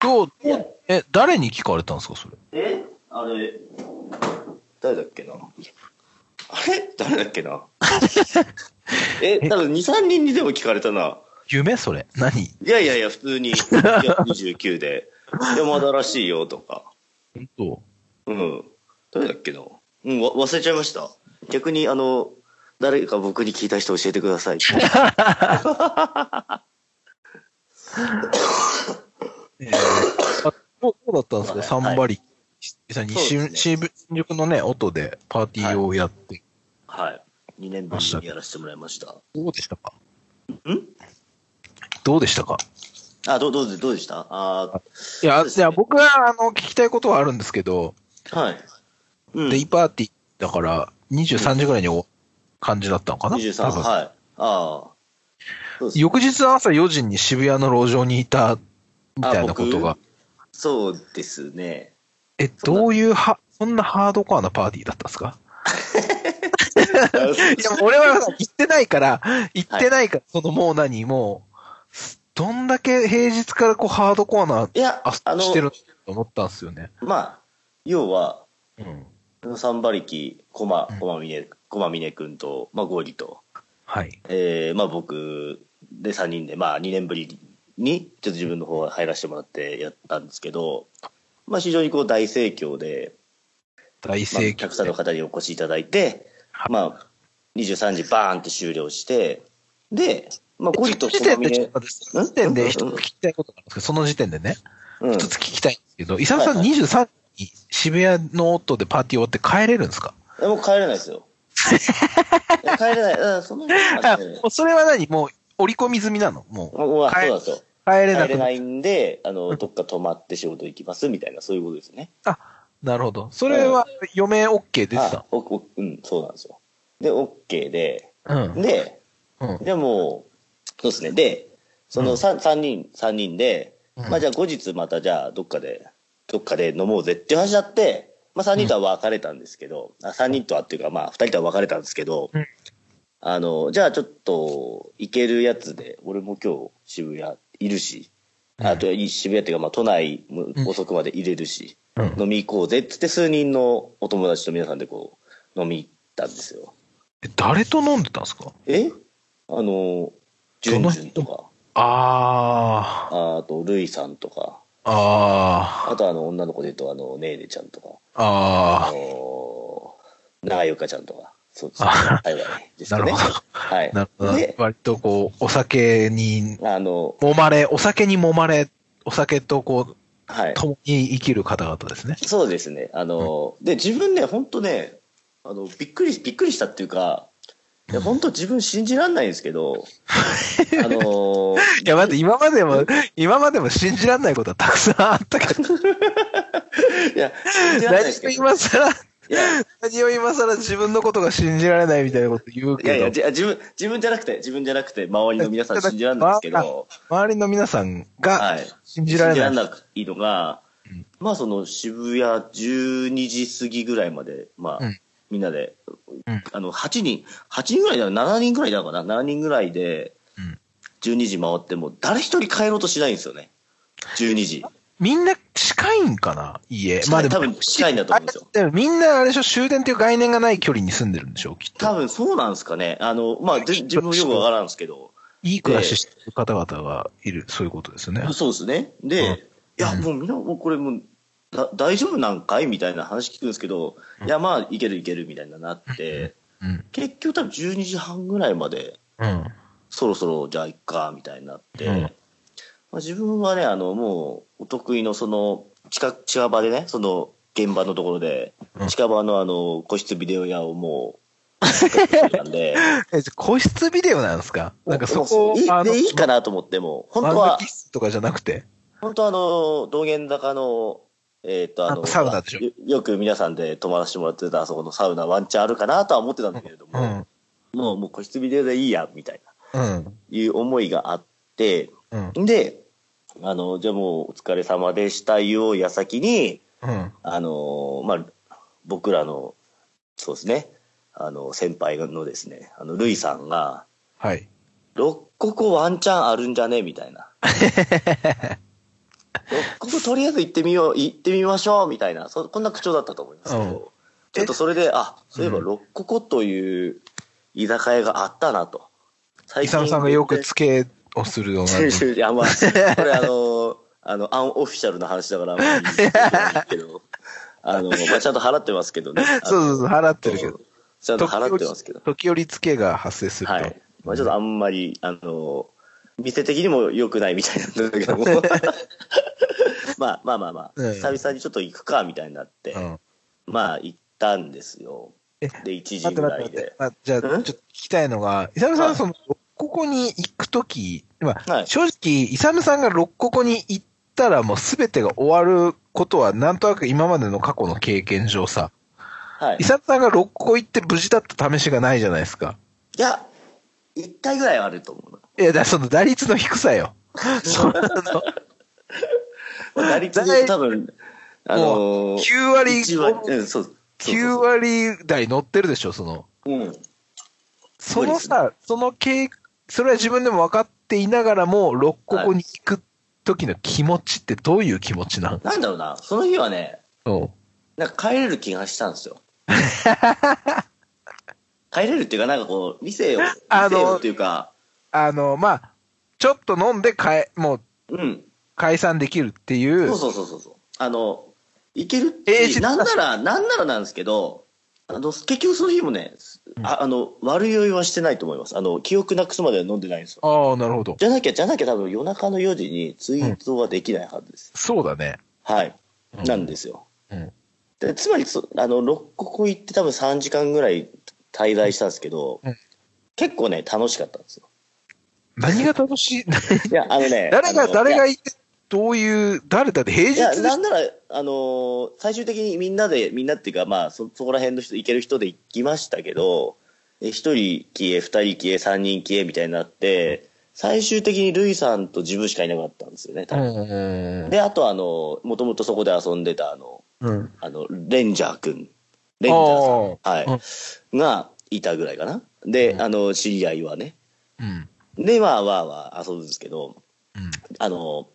どう、
い
ど
や
う、え、誰に聞かれたんですか、それ。
えあれ誰だっけなあれ誰だっ
[LAUGHS]
けなえ多分23人にでも聞かれたな
夢それ。何
いやいやいや、普通に、いや29で、いや、まだらしいよとか、
本当
うん、誰だっけな、うん、わ忘れちゃいました。逆に、あの、誰か僕に聞いた人教えてくだ
[LAUGHS]
さい。
えー、あどうどうだったんですか、
は
サ
い
ンバリ。久々に
そうです
新
ね
新宿のね、音でパーティーをやって、
はい。2年ぶりにやらせてもらいました。
どうでしたか
ん
どうでしたか
あ、どう、どうで、どうでしたあ
いや、
そうです
い
ね
や僕はあの聞きたいことはあるんですけど、
ーはい。うん、
デイパーティーだから23時ぐらいにお感じだったのかな
23、
多分
はい。ああ。そうです
翌日の朝4時に渋谷の路上にいたみたいなこと
あ
が
僕。そうですね。 [LAUGHS]
え、
うだ
どういうは、そんなハードコアなパーティーだったんですか
い
いや、俺はさ行ってないから、行ってないから、そのもう何、もう、どんだけ平日からこうハードコアな、
や、
あ、
あの、
してると思ったんですよね。
まあ、要は、
うん。
あの三馬力、コマ
うん、
コマミネ、コマミネ君と、まあ、ゴーリと、
はい。
えー、まあ、僕で3人で、まあ、2年ぶりに、ちょっと自分の方入らせてもらってやったんですけど、まあ、非常にこう大盛況で、
大
まあ
盛、
たくさん
況
の
で。
方にお越しいただいて
は、
まあ、23時バーンって終了して、で、まあ、ゴリと
時
コマ
点
ミ
で、ちょっ
ネ、
と待ってその時点で一つ聞きたいことがあるんですけど、その時点でね、
うん
一つ聞きたいんですけど、伊沢さん
はい
23に渋谷のオットでパーティー終わって帰れるんですか [LAUGHS]
え、もう帰れないですよ。いや帰れない。うん、その辺は
あ
ね、
もう [LAUGHS] それは何もう、折り込み済みなのもう、
もうまあ、
帰
そうだそう。
帰れな
帰
く
れ
な
な
る。
いんで、あの、どっか泊まって仕事行きますみたいな、そういうことですね。
なるほど。それは、余命 OK 出て
あ
た。
おおうん、そうなんですよ。で、OK で、
うん。
で、
うん。
でもう、そうですね。で、そうの
ん
三三人、三人で、
うん
まあじゃあ後日またじゃあどっかで、どっかで飲もうぜっていう話になって、まあ三人とは別れたんですけど、あ三人とはっていうかまあ二人とは別れたんですけど、
うん
あの、じゃあちょっと行けるやつで、俺も今日渋谷いるし、あといい渋谷っていうかまあ都内も
うん
遅くまで入れるし、
うん
飲み行こうぜっつって数人のお友達と皆さんでこう飲み行ったんですよ。
え誰と飲んでたんですか
えあの、ジュンジュンとか。
あ
あと、ルイさんとか、
あ、あ
あとあの、女の子で言うと、あの、ネーネちゃんとか、
あ、あ
あのー、長井ゆかちゃんとか、そうですね。
あ
はいはい。ですよね。
なるほど
はい
あ。なる
[LAUGHS]
ほど
で。、
割とこう、お酒に
あの、
揉まれ、お酒に揉まれ、お酒とこう、
はい。
共に生きる方々ですね。
そうですね。あのー、で、自分ね、本当ね、あの、びっくり、びっくりしたっていうか、いや本当自分信じらんないんですけど、あのー、
いや、待って、今までも、今までも信じられないことはたくさんあったけど、
いや、信じらんないで
何を
す
[LAUGHS]
けど、
今更、
いや、
何を今更自分のことが信じられないみたいなこと言う
いやい
け
や、
ど、
じ自分、自分じゃなくて、自分じゃなくて、周りの皆さん信じらんないですけ
[LAUGHS]
ど、
周りの皆さんが
はい。
信じられない。
信じられないのが、
うん
まあその渋谷12時過ぎぐらいまで、まあ、
うん
みんなで、
うん
あの、8人、8人ぐらいだ7人ぐらいだのかな ?7 人ぐらいで
うん、
12時回っても、誰一人帰ろうとしないんですよね。12時。
みんな近いんかな家。まあでも、
多分近いんだと思うんですよ。
あれでもみんなあれでしょ、終電っていう概念がない距離に住んでるんでしょ、きっと。
多分そうなんですかね。あの、まあ、ぜ自分もよくわからんですけど。
いい暮らししてる方々がいる、そういうことですよね。
そうですね。
うん
で、いや、
うん
もうみんな、もうこれもう、だ大丈夫なんかいみたいな話聞くんですけど、いや、まあ、いけるいけるみたいななって、
うん。
結局多分12時半ぐらいまで、
うん。
そろそろじゃあ行っか、みたいになって、
うん
まあ、自分はね、あの、もう、お得意のその、近く、近場でね、その、現場のところで
う、ん
近場のあの、個室ビデオ屋をも
[LAUGHS]
う、なんで、
え、じゃあ個室ビデオなんですかなんかそこ
もういい
あの、
でいいかなと思って、もう、本
漫
当
画
は
キ、スとかじゃなくて。
本当あの、道玄坂の、えっ、と、あ
あ
の、
のサウナでしょ
よよく皆さんで泊まらせてもらってたあそこのサウナワンチャンあるかなとは思ってたんだけれど
う
も、
ん。
もう、もう個室ビデオでいいや、みたいな、
うん。
いう思いがあって、
うん。
で、あの、じゃあもうお疲れ様でした、言おう矢先に、
うん。
あの、まあ、僕らの、そうですね、あの、先輩のですね、あの、ルイさんが、
はい。
6個こワンチャンあるんじゃねみたいな。6個とりあえず行ってみよう、行ってみましょうみたいな、そこんな口調だったと思いますけ
うん
ど、ちょっとそれで、あ、そういえば
うん
6個という居酒屋があったなと。最
イサムさんがよくつけをするよう
[LAUGHS]
な。
いや、まあ、これあの、 [LAUGHS] あの、アンオフィシャルな話だから、まあいいですけど、あの、まあ、ちゃんと払ってますけどね。あ
そう
の
そうそう、払ってるけど。
ちゃんと払ってますけど。
時折つけが発生すると。
はい。まあ、ちょっとあんまり、あの、店的にも良くないみたいなんだけども。 [LAUGHS] まあまあまあまあ、
うん
久々にちょっと行くか、みたいになって、
うん。
まあ行ったんですよ。で、1
待
時
って
ぐ
待
ら
って
い
待って
で。。
あじゃあ、ちょ
う
っ
ん
と聞きたいのが、イサムさん
は
はいその、ここに行くとき、まあ
はい
正直、イサムさんが六ここに行ったらもうすべてが終わることは、なんとなく今までの過去の経験上さ、
はい。
イサムさんが六ここ行って無事だった試しがないじゃないですか。
いや、1回ぐらいはあると思うな。
いや、だからその打率の低さよ。その
まあ打率で言うと多分、あのー、
9割、
一割、うん、そう。そう
9
そう
割台乗ってるでしょ、その。
そううん。
そのさ、その経、それは自分でも分かっていながらも、六ここに行く時の気持ちってどういう気持ちなん
なんだろうな、その日はね、
うん
なんか帰れる気がしたんで
[LAUGHS]
すよ。帰れるっていうか、なんかこう、店を、
あの
店をっていうか、
あの、まあ、ちょっと飲んでかえ、もう
うん。
解散できるっていう。
そうそうそうそうそう。あの、いけるって
ええ実は
なんなら、なんならなんですけど、あの、結局その日もね、ああの、悪酔いはしてないと思います。あの、記憶なくすまでは飲んでないんですよ。
ああ、なるほど。
じゃなきゃ、じゃなきゃ多分夜中の4時にツイートはできないはずです。
そうだね。
はい。
うん
なんですよ。
うん。
でつまりそ、あの、6個行って多分3時間ぐらい滞在したんですけど、
うん
結構ね、楽しかったんですよ。
何が楽しい
いや、あのね。
[LAUGHS] 誰
あ
が、
の
誰がいて、どういう、誰だって平
いや、い
日
や
で
な
し
んなら、あのー最終的にみんなで、みんなっていうか、まあ、そ、そこら辺の人、行ける人で行きましたけど、え一人消え、二人消え、三人消えみたいになって、最終的にルイさんと自分しかいなかったんですよね、多
た。
分
ん
で、あとあの、もともとそこで遊んでた、あの、
うん。
あの、レンジャーくん。レンジャーさん。
あ
はい。が、いたぐらいかな。で、
うん
あの、知り合いはね。
あ。うん。
で、まあ、わーわー遊ぶんですけど、
うん。
あの、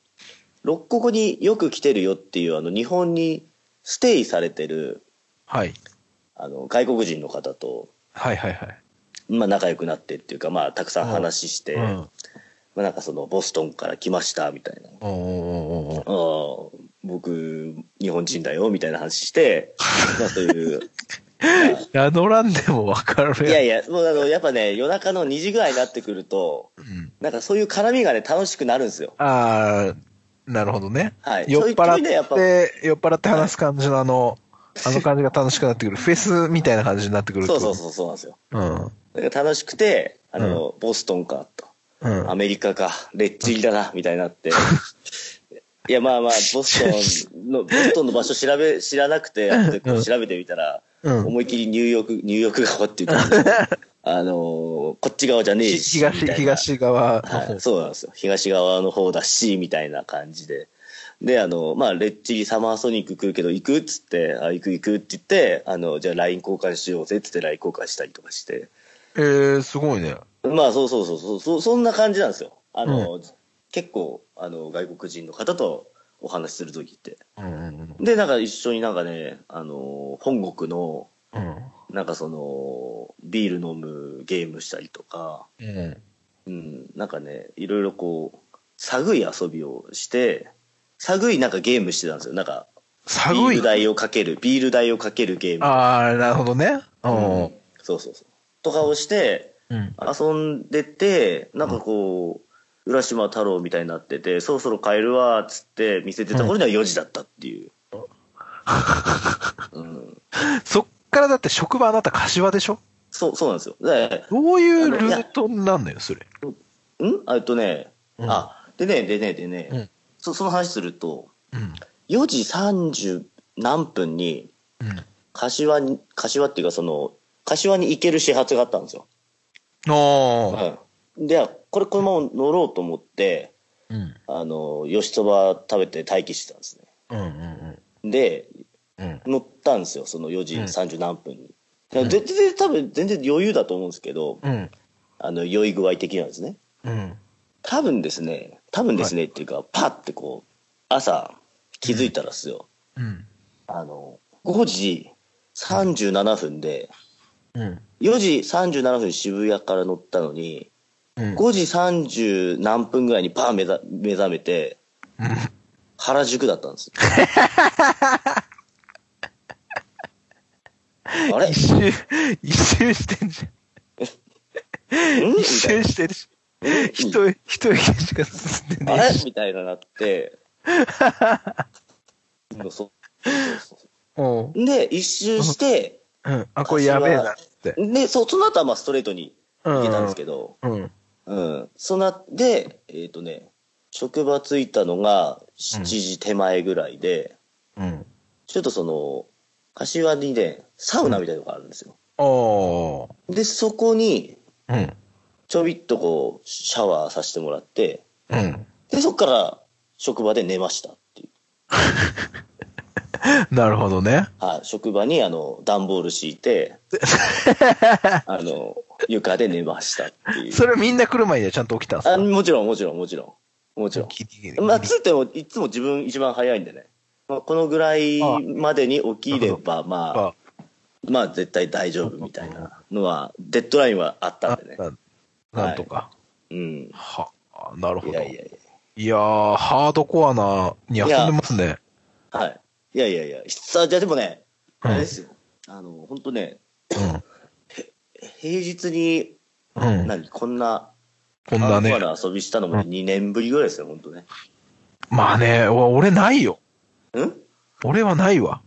六国によく来てるよっていう、あの、日本にステイされてる、
はい。
あの、外国人の方と、
はいはいはい。
まあ、仲良くなってっていうか、まあ、たくさん話して、
う
ま
ん。
あ、なんかその、ボストンから来ました、みたいな。
おーおーおーおー
あー僕、日本人だよ、みたいな話して、まあ、そういう、
名乗らんでもわかる
いや
い
いや、もうあの、やっぱね、夜中の2時ぐらいになってくると、
うん。
なんかそういう絡みがね、楽しくなるんですよ。
ああ、なるほどね。
はい。
酔っ
そういう
払
時にねや
っ
っぱ
て、酔っ払って話す感じのあの、あの感じが楽しくなってくる。フェスみたいな感じになってくるって
そ
こ
うそ
と
うそうそうなんですよ。
うん。
だから楽しくて、あの、ボストンか、と。
うん。
アメリカか、レッチリだな、みたいになって。いや、まあまあ、ボス
[LAUGHS]
トンの、ボストンの場所調べ、知らなくて、後でこう調べてみたら、
うん。
思いっきりニューヨーク、ニューヨーク側って言った
[LAUGHS]
んですけどあのーこっち側じゃねえし。
東、
みたいな
東側の
は
方
い、。そうなんですよ。東側の方だし、みたいな感じで。で、あの、まあ、レッチリサマーソニック来るけど行くっつって、あ、行く行くって言って、あの、じゃあ LINE 交換しようぜっつって LINE 交換したりとかして。
えー、すごいね。
まあ、そうそうそうそう、そそんな感じなんですよ。あの、結構、あの、外国人の方とお話しするときって。
うんうん
で、なんか一緒になんかね、あの、本国の、
うん。
なんかその、ビール飲むゲームしたりとか、
うん。
うん、なんかね、いろいろこう、探い遊びをして、探いなんかゲームしてたんですよ。なんか、ビー
寒い
ル。代をかける、ビール代をかけるゲーム。
ああ、なるほどね。う
うん
ん。
そうそうそう。とかをして、
うん。
遊んでて、なんかこう、浦島太郎みたいになってて、そろそろ帰るわ、つって見せてた頃には4時だったっていう。うん。
そっからだって職場あなた柏でしょ
そう、そうなんですよ。で、
どういうルートになんのよ、それ。
んあえっとね、
うん
あ、でね、でね、でね、
うん
そその話すると、
うん。
4時30何分に
うん。
柏に柏っていうかその柏に行ける始発があったんですよ、
おー。
はい、でこれこのまま乗ろうと思って
うん。
あの吉そば食べて待機してたんです
うんうん
ねで
うん。うん。
乗ったんですよその4時
うん
30何分に、で全然多分全然余裕だと思うんですけど
うん。
あの酔い具合的なんですね
うん。
多分ですね多分ですねっていうか、パッてこう朝気づいたらっすよ、
うん。
あの5時37分で、
うん。
4時37分渋谷から乗ったのに、
うん。
5時30何分ぐらいにパー目ざ目覚めて、原宿だったんですよ。あれん
一周、一周してんじゃん。
み
一
たい
周してるし。一、一駅しか進んで
な。あ
な
れ
いし。
みたいななって。そうそうそうそ
うん。
うで、一周して、
うん。あ、これやべえなって。
で、そその後はまあストレートに
う
行
ん。
けたんですけど、
うん。
うん。その後で、えっ、とね、職場着いたのが7時手前ぐらいで、
うん。
ちょっとその、柏にね、サウナみたいなのがあるんですよ。
おー。
で、そこに、
うん。
ちょびっとこう、シャワーさせてもらって、
うん。
で、そこから職場で寝ましたっていう。
なるほどね。
はい、職場にあの、段ボール敷い [LAUGHS] て、あの、床で寝ましたっていう。
それみんな来る前にはちゃんと起きたんです
あ
か
もちろん、もちろん、もちろん。もちろ
ギリギリ
ん。まあ、つっても、いつも自分一番早いんでね。まあ、このぐらいまでに起きれば、まあ、
あ
まあ絶対大丈夫みたいなのは、デッドラインはあったんでね。
ななんとか。
うん。
は、なるほ
い
ど。
や
い
い
や
やい
ー、ハードコアな、に遊んでますね。
や。はい。いやいやいや。さあ、じゃあでもね、
うん
あれですよ。あの、本当ね、
う
平日に、
ん。うん。
何、こんな、
こんなね
ハ。ードコアな遊びしたのもね2年ぶりぐらいですよ、本当ね。
まあね、わ俺ないよ。
ん
俺はないわ。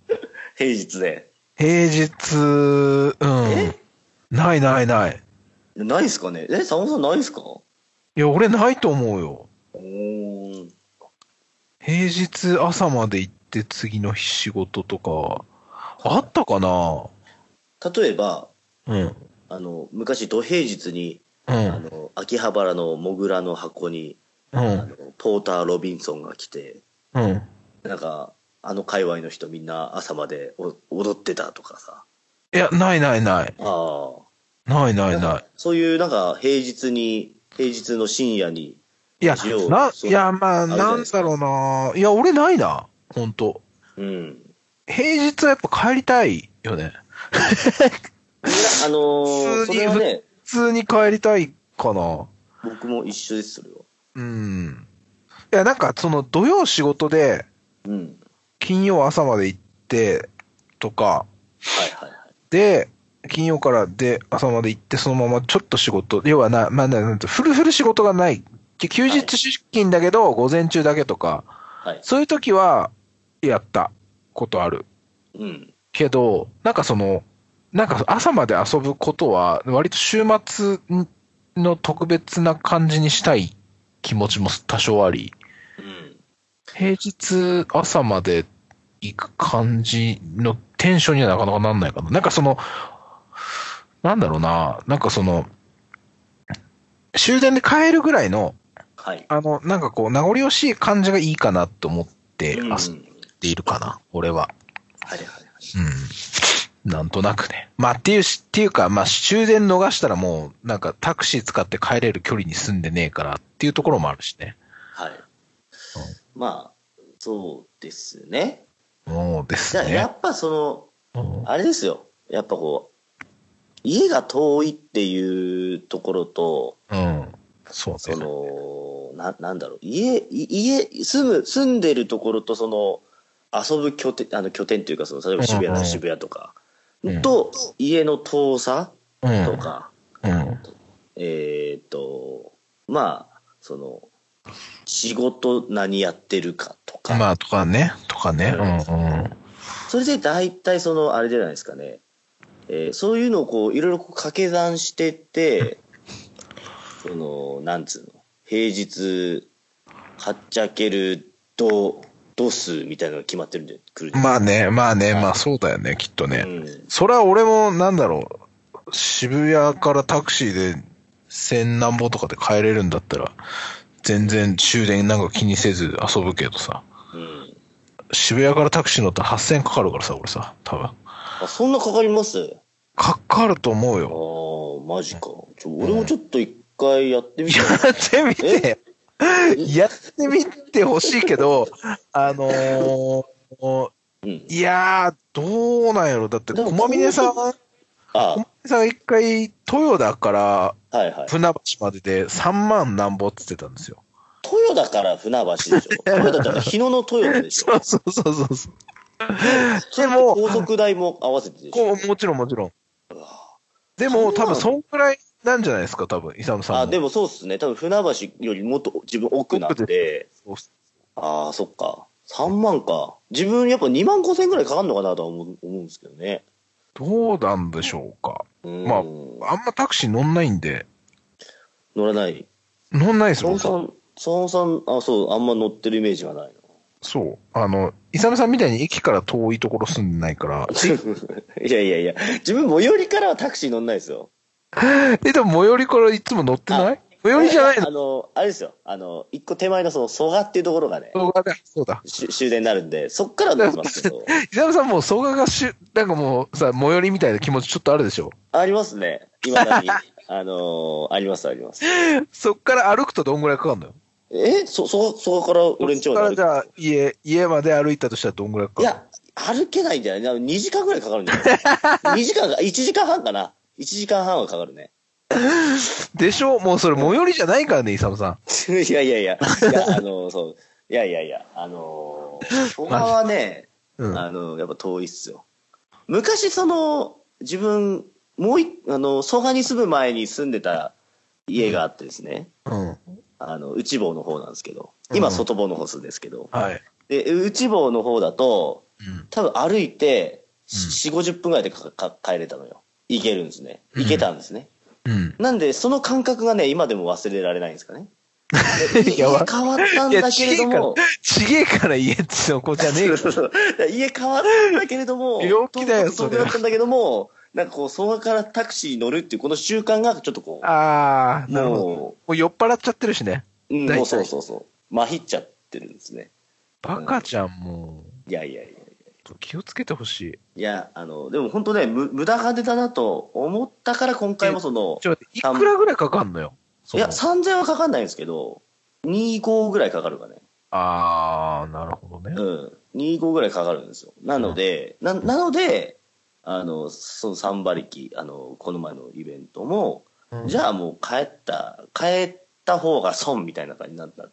平日で。
平日、うん。ないないない。
ないっすかねえ、坂本さんないっすかお
いや、俺ないと思うよ。
ー。
平日朝まで行って次の日仕事とか、あったかな
例えば、
うん。
あの、昔、土平日に、
う
あ
ん。
の、秋葉原のモグラの箱に、
う
あ
ん。
の、ポーター・ロビンソンが来て、
うん。
なんか、あの界隈の人みんな朝までお踊ってたとかさ。
いや、ないないない。
あ
ないな
あ。
いな
んかそういうなんか平日に、平日の深夜に、
い。いや、
一応
な、
そう
いや、まあ、
あるじゃない
なんだろうな。いや、俺ないな。ほんと。
うん。
平日はやっぱ帰りたいよね。
あのー
普通
そ
に
れはね、
普通に帰りたいかな。
僕も一緒です、それは。
うん。いや、なんか、その、土曜仕事で、
うん。
金曜朝まで行って、とか、
はいはいはい。
で、金曜からで朝まで行って、そのままちょっと仕事、要はな、まあ、ななんてフルフル仕事がない。き休日出勤だけど、午前中だけとか、
はい。
そういう時は、やったことある。
うん。
けど、なんかその、なんか朝まで遊ぶことは、割と週末の特別な感じにしたい気持ちも多少あり、
うん。
平日朝まで行く感じのテンションにはなかなかなんないかな。なんかその、なんだろうな、なんかその、終電で帰るぐらいの、
はい。
あの、なんかこう、名残惜しい感じがいいかなと思って
うん、
遊
はい
んでいるかな、俺は。
はいはい。
うん。なんとなくね。まあっていうし、っていうか、まあ終電逃したらもう、なんかタクシー使って帰れる距離に住んでねえからっていうところもあるしね。
はい。まあ、そうですね。
そうで
じゃ
す
あ、や
ね。
っぱその、
うん
あれですよ。やっぱこう、家が遠いっていうところと、
うん。そう
そ
ね。
の、な、なんだろう、家、い家、住む、住んでるところと、その、遊ぶ拠点、あの、拠点というか、その、例えば渋谷な
うんう
ら
ん
渋谷とか、
うん
と、家の遠さ
うん。
とか、
うん。
えっ、と、まあ、その、仕事何やってるかとか、
まあとかね。とかね。う
それで大体その、あれじゃないですかね、えーそういうのをこう、いろいろこう掛け算してって、その、なんつうの、平日、はっちゃける度、度数みたいなのが決まってるんで、くるん
んう
で
ん。
す
まあね、まあね、まあそうだよね、きっと
う
ね。
ん、
それは俺も、なんだろう。渋谷からタクシーで千何歩とかで帰れるんだったら、全然終電なんか気にせず遊ぶけどさ。
うん。
渋谷からタクシー乗ったら8000円かかるからさ、俺さ、多分。
あ、そんなかかります
かかると思う
あ
よ。
あ、マジか。ちょ俺もちょっと一回やってみたい。
やってみて、やってみてほしいけ [LAUGHS] ど、あのー
うん、
いやー、どうなんやろ。だって、
でも
駒峰さん、駒
あ
峰さんが一回、豊田から
はいはい。
船橋までで3万なんぼって言ってたんですよ。
豊田から船
[LAUGHS]
橋でしょ。豊田から日野の豊田でしょ。
そうそうそうそう。
で
も
高速代も合わせてでしょ。
こうもちろんもちろん。
うわ
で
そうな
も、
の
多分そんくらいなんじゃないですか、多分、イサムさんも。
あ、でもそうっすね。多分船橋よりもっと自分奥なん
奥
で、
そうっす
ああ、そっか。3万か。自分やっぱ2万5千ぐらいかかるのかなとは思う思うんですけどね。
どうなんでしょうか。
うん
まああんまタクシー乗んないんで、
乗らない。
乗んないです
そ
も
ン
ん。
さん、そンさん、あ、そう、あんま乗ってるイメージがない
そう。あの、イサムさんみたいに駅から遠いところ住んでないから。
[LAUGHS] な。いやいやいや、自分最寄りからはタクシー乗んないですよ。
え、でも最寄りからいつも乗ってない最寄りじゃない
あ
の
の、あれですよ。あの、一個手前のその、蘇我っていうところがね、
動画で。そうだ。
し終電になるんで、そっから乗ってますけ
[LAUGHS]
ど。
イサムさんもう蘇我がしゅ、なんかもうさ、最寄りみたいな気持ちちょっとあるでしょ
ありますね。今だに。あのーありますあります。
そっから歩くとどんぐらいかかるのよ
えそ、そ、そこから俺んち
そっ
ま
から
で歩
じゃあ家、家まで歩いたとしたらどんぐらいか
く。
か
い
る
や、歩けないんじゃない ?2 時間ぐらいかかるんじゃない [LAUGHS] ですか ?2 時間が、1時間半かな ?1 時間半はかかるね。 [LAUGHS]
でしょもうそれ最寄りじゃないからね、イサムさん。
いやいやいや、いや、あのーそう。いやいやいや、あのー、蘇我はね、
うん。
あのーやっぱ遠いっすよ。昔その、自分、もうい、あのー、蘇我に住む前に住んでた家があってですね、
うん。
あの、内房の方なんですけど、
う
今
ん
外房の方住んですけど、
はい。
で、内房の方だと、
うん。
多分歩いて、
うん
4、50分ぐらいでかか帰れたのよ。行けるんですね。行けたんですね。
うん。
なんで、その感覚がね、今でも忘れられないんですかね。で
い
家
[LAUGHS] や
変
わ
わったんだけれども、
ちげえから言えってそこじゃねえ
そ
か
う [LAUGHS] そうそういや家変わったんだけれど
[LAUGHS]
も、
病気だよ
遠く
それ
遠くなったんだけども、なんかこう、そこからタクシーに乗るっていう、この習慣がちょっとこう、
ら。ああ、なるほど。
も
もう酔っ払っちゃってるしね。
う、うん、
大体
もうそうそうそう、まひっちゃってるんですね。
バカじゃん、もう。
いやいやいや。
気をつけてほしい。
いや、あの、でも本当ね、む無駄が出たなと思ったから今回もその、
ちょっと待って、いくらぐらいかかんのよ。そ
い
の
や、3000はかかんないんですけど、25ぐらいかかるかね。
ああ、なるほどね。
うん。25ぐらいかかるんですよ。なので、な、なので、あの、その3馬力、あの、この前のイベントも、じ
あ、
ゃあもう帰った、帰った方が損みたいな感じになった
[LAUGHS]
っ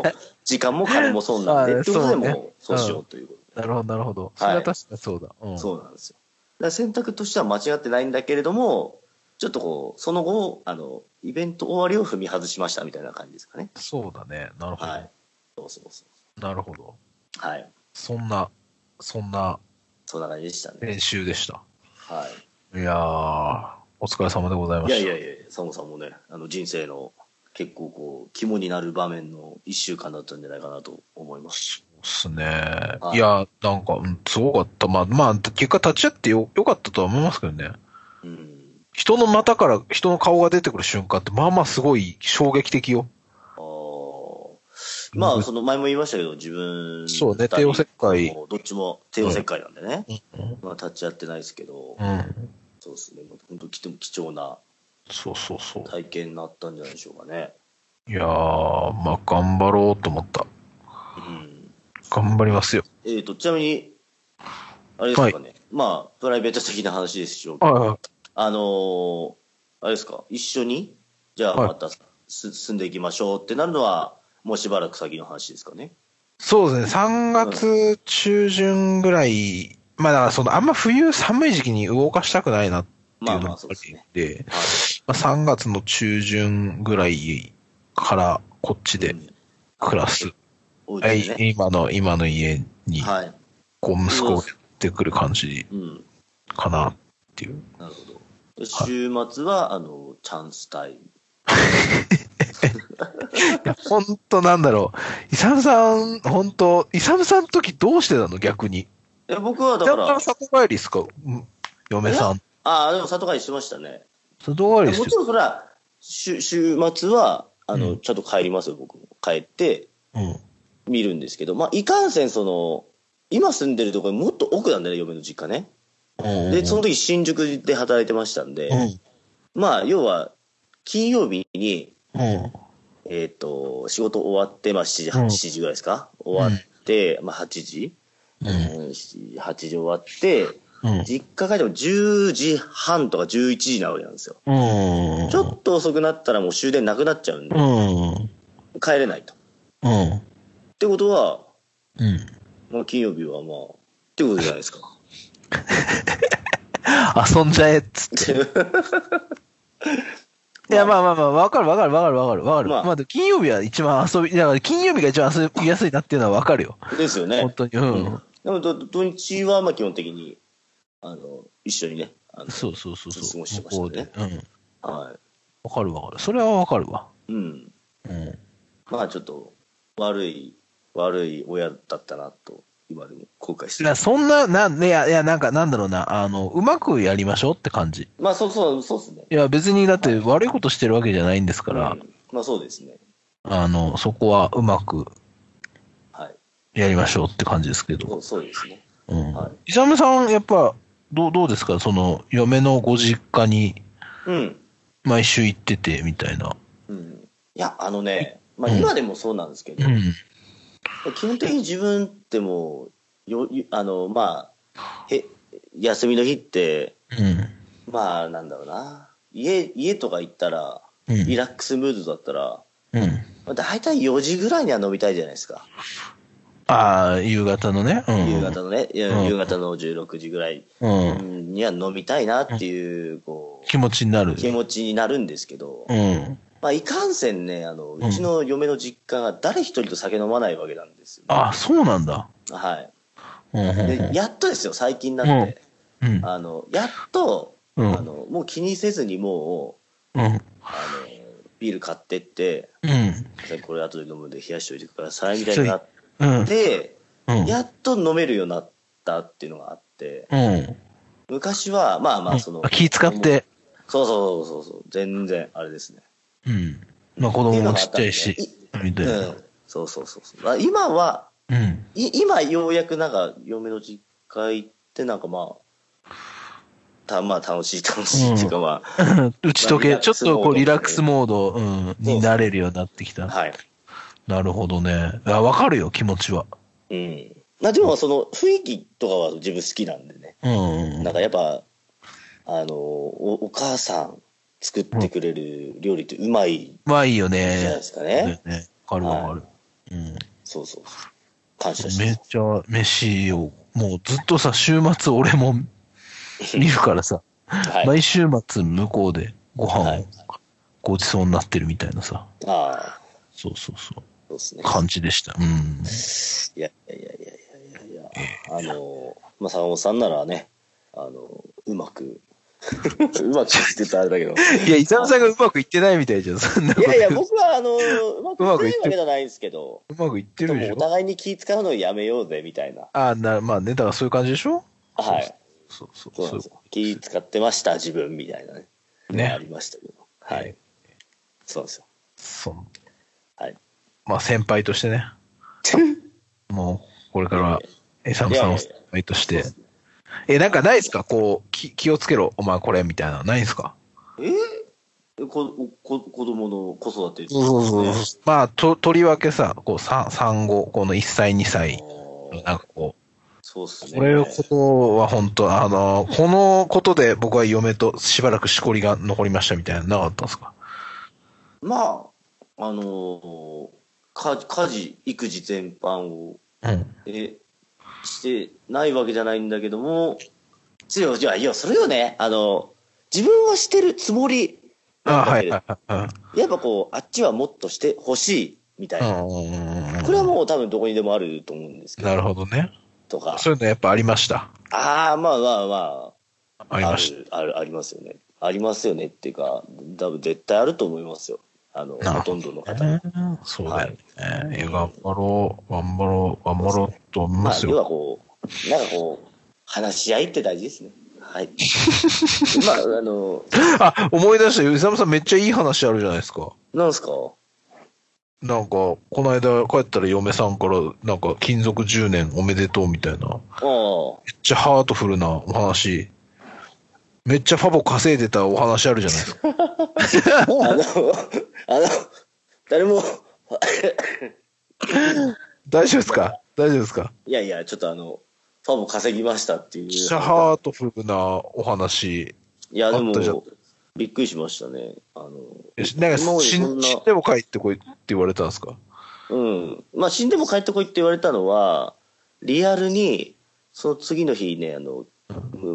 て。時間も金も損なんで、ってことで
そうね
もうそうしようということで。
なるほど、なるほど。それは確かにそうだ。うん
そうなんですよ。だから選択としては間違ってないんだけれども、ちょっとこう、その後、あの、イベント終わりを踏み外しましたみたいな感じですかね。
そうだね。なるほ
はい
ど。。
そうそうそ
なるほど。
う。はい。
そんな、そんな
そんな感じでしたね。
練習でした。
はい
やー、お疲れ様でございま
い。いや
した。
いやいや、サモさんもね、あの、人生の結構こう、肝になる場面の一週間だったんじゃないかなと思います。
そうっすね。
はい
い、や、なんか、うんすごかった。まあ、まあ、結果立ち会ってよ、よかったとは思いますけどね。
うん。
人の股から人の顔が出てくる瞬間って、まあまあすごい衝撃的よ。
あーまあ、その前も言いましたけど、自分、
そうね帝王切開
もうどっちも帝王切開なんでね。
うん。
まあ、立ち会ってないですけど、そうですね。本当、と貴重な
そうそうそう。
体験になったんじゃないでしょうかね。
いやー、まあ頑張ろうと思った。
うん。
頑張りますよ。
えー、と、ちなみに、あれですかね、まあ、プライベート的な話でしょうけど、
あ
あのーあれですか、一緒に、じゃあ
はい
またす、住んでいきましょうってなるのは、もうしばらく先の話ですかね。
そうですね。3月中旬ぐらい、まあだからその、あんま冬寒い時期に動かしたくないなって
ま
い
あ
う
ま
の
あ、
が
そう
あ
ですね。
って、
はい
まあ、3月の中旬ぐらいからこっちで
うん
暮らす。
おう
は
ち
い
で、ね。
今の、今の家に、
はい。
こう、息子をやってくる感じ
うん。
かなっていう。
なるほど。で週末は、あの、チャンスタイム。
いや、ほんとなんだろう。イサムさん、ほんと、イサムさんの時どうしてたの逆に。
いや僕はだ
だ
か
からら、、里帰りですかうん嫁さん。
ああ、でも里帰りしてましたね。
里帰りし
も
て
ちろんそれは、週週末は、あの、
うん
ちょっと帰りますよ、僕も。帰って、
うん。
見るんですけど、まあ、いかんせん、その、今住んでるところもっと奥なんだね、嫁の実家ね。
うん
で、その時新宿で働いてましたんで、
うん。
まあ、要は、金曜日に、
うん。
えっ、と、仕事終わって、まあ、7時、
うん
8時ぐらいですか終わって、まあ、8時、
う。
うんん、7時8時終わって、
うん。
実家帰っても10時半とか11時なわけなんですよ。
うん。
ちょっと遅くなったらもう終電なくなっちゃうんで
う、ん。うん。
帰れないと。っ
うん。
てことは、
うん。
まあ、金曜日はまあ、ってことじゃないですか。
[LAUGHS] 遊んじゃえっつって。 [LAUGHS] いや、まあまあまあ、わかるわかるわかるわかるわかる。
まあ
まあ、で金曜日は一番遊び、だから金曜日が一番遊びやすいなっていうのはわかるよ。
ですよね。
本当に。うん。
でも、ど土日はまあ基本的に、あの、一緒にね、あの
そうそうそうそ
過
う。
ごしてま
向こ
し
う
たね
で。うん。
は
わかるわかる。それはわかるわ。
い。うん。
うん。
まあちょっと、悪い、悪い親だったなと、今でも後悔し
い
てる。
や、そんな、なん、いや、いや、なんか、なんだろうな、あの、うまくやりましょうって感じ。
まあそうそう、そうですね。
いや、別に、だって悪いことしてるわけじゃないんですから、
うんまあそうですね。
あの、そこはうまく
はい。
やりましょうって感じですけど。
そうそうですね。
うん
はい。
イサムさん、やっぱ、どう、どうですかその、嫁のご実家に
うん。
毎週行ってて、みたいな。
うん。いや、あのね、まあ
うん
今でもそうなんですけど、
ん。
基本的に自分ってもう、よ、よあの、まあ、へ、休みの日って、
うん。
まあなんだろうな。家、家とか行ったら、
うん
リラックスムードだったら、
うん。
まあ、大体4時ぐらいには飲みたいじゃないですか。
ああ、夕方のね。うん。
夕方のね、いや
うん
夕方の16時ぐらい
うん。
うんには飲みたいなっていう、こ
気持ちになる
う、。気持ちになるんですけど
う、ん。
まあ、いかんせんね、あの、
ん
うちの嫁の実家が誰一人と酒飲まないわけなんですよ、
ああ、そうなんだ。
は
うん。うん
い。で、やっとですよ、最近になって、
うん。
あの、やっと、
う
あ
ん。
の、もう気にせずにも
うん。
う、あの、ビール買ってって、
うん。
これ後で飲むんで冷やしておいてくださいみたいになっ
うん。
て、
うん。
やっと飲めるようになったっていうのがあって、
うん。
昔は、まあまあ、その、
気使って。
そうそうそうそう、全然、あれですね。
うん。まあ子供もちっちゃいし
っていう、
みた
う
い
ん
な。、
そうそうそうそう。あ今は、
うん。
い今ようやくなんか、嫁の実家行って、なんかまあ、たまあ楽しい楽しいっていうかまあ、
[LAUGHS] 打ち解け、ちょっとこうリ
リ
ラ
ラ
ッ
ッ
ク
ク
ス
ス
モード、うん、になれるようになってきた。
はい。
なるほどね。あ、わかるよ、気持ちは。
うん。まあでもその雰囲気とかは自分好きなんでね。
うん。
なんかやっぱ、あの、おお母さん作ってくれる料理ってうまい
まあいいよ
じゃない
ね
で。すか
ね
ね。
わかるわかる。うん。
そうそうそう。感謝して
めっ
ます。
ちゃ飯を、もうずっとさ、週末俺
[LAUGHS]
も見るからさ、
はい。
毎週末向こうでご
は
飯を
い
ごちそうになってるみたいなさ、
ああ、
そうそうそう、
そうですね。
感じでした。うん。
いやいやいやいやいやいや、あの、まあ、坂本さんならね、あの、うまく、 [LAUGHS] うまく言ってたらあ
[LAUGHS]
れだけど。
いや、伊沢さんがうまくいってないみたいじゃん、そんなこ
い
と。
やいや、僕はあの、うまく
うまく
言
い
っ
ってて
るわけじゃないんですけど、
うまくいって
で
るでし
もお
ょ。
互いに気使うのやめようぜ、みたいな。
あな、まあね、だからそういう感じでしょ
はい。
そうそう
そうなん
そう
ですよ。気使ってました、自分、みたいなね。
ね
ありましたけど。はい。そうなんですよ。
そう
はい。
まあ先輩と
[LAUGHS]
してね、もうこれからエサム
いや
さんを
いやいや
先輩として。え、なんかないですかこう、き気をつけろ、お前これ、みたいなのないですか
えここ子供の子育てですね
まあ、と、とりわけさ、こう、産、産後、この1歳、2歳、
あー
なんかこ
そうっす
う、
ね。
これことは本当、あの、このことで僕は嫁としばらくしこりが残りましたみたいなのなかったんですか
まあ、あのー家家事、育児全般を、
うん。
え、してないわけじゃないんだけども、いや、いや、いやそれよね、あの、自分はしてるつもり
あ
なんだ
はい、
けど
はい、はい。
やっぱこう、あっちはもっとしてほしい、みたいな。
うん。
これはもう多分どこにでもあると思うんですけど、
なるほどね。
とか。
そういうのやっぱありました。
ああ、まあまあまあ、
ありました。
るある、ありますよね。ありますよねっていうか、多分絶対あると思いますよ。あの、
なる
ほ
ほ
とんどの方が。
うんそうだよね。いや頑張ろう、頑張ろう、頑張ろうと思いま
まあ、
す
要
よ。
はこう、なんかこう、話し合いって大事ですね。はい。 [LAUGHS] まあ、あの、
あ、思い出した。ゆさむさんめっちゃいい話あるじゃないですか。
なんすかは
[LAUGHS] なんか、この間帰ったら嫁さんから、なんか、勤続10年おめでとうみたいな、めっ
ああ、
ちゃハートフルなお話。めっちゃファボ稼いでたお話あるじゃないですか。
あの、あの、誰も、 [LAUGHS]
大丈夫ですか大丈夫ですか
いやいや、ちょっとあの、ファンも稼ぎましたっていう。
めっちゃハートフルなお話。
いや、で
あったじゃん
も、びっくりしましたね。あの、
なんか、
今まで
死
そん
ん
な
死んでも帰ってこいって言われたんですか
うん。まあ、死んでも帰ってこいって言われたのは、リアルに、その次の日ね、あの、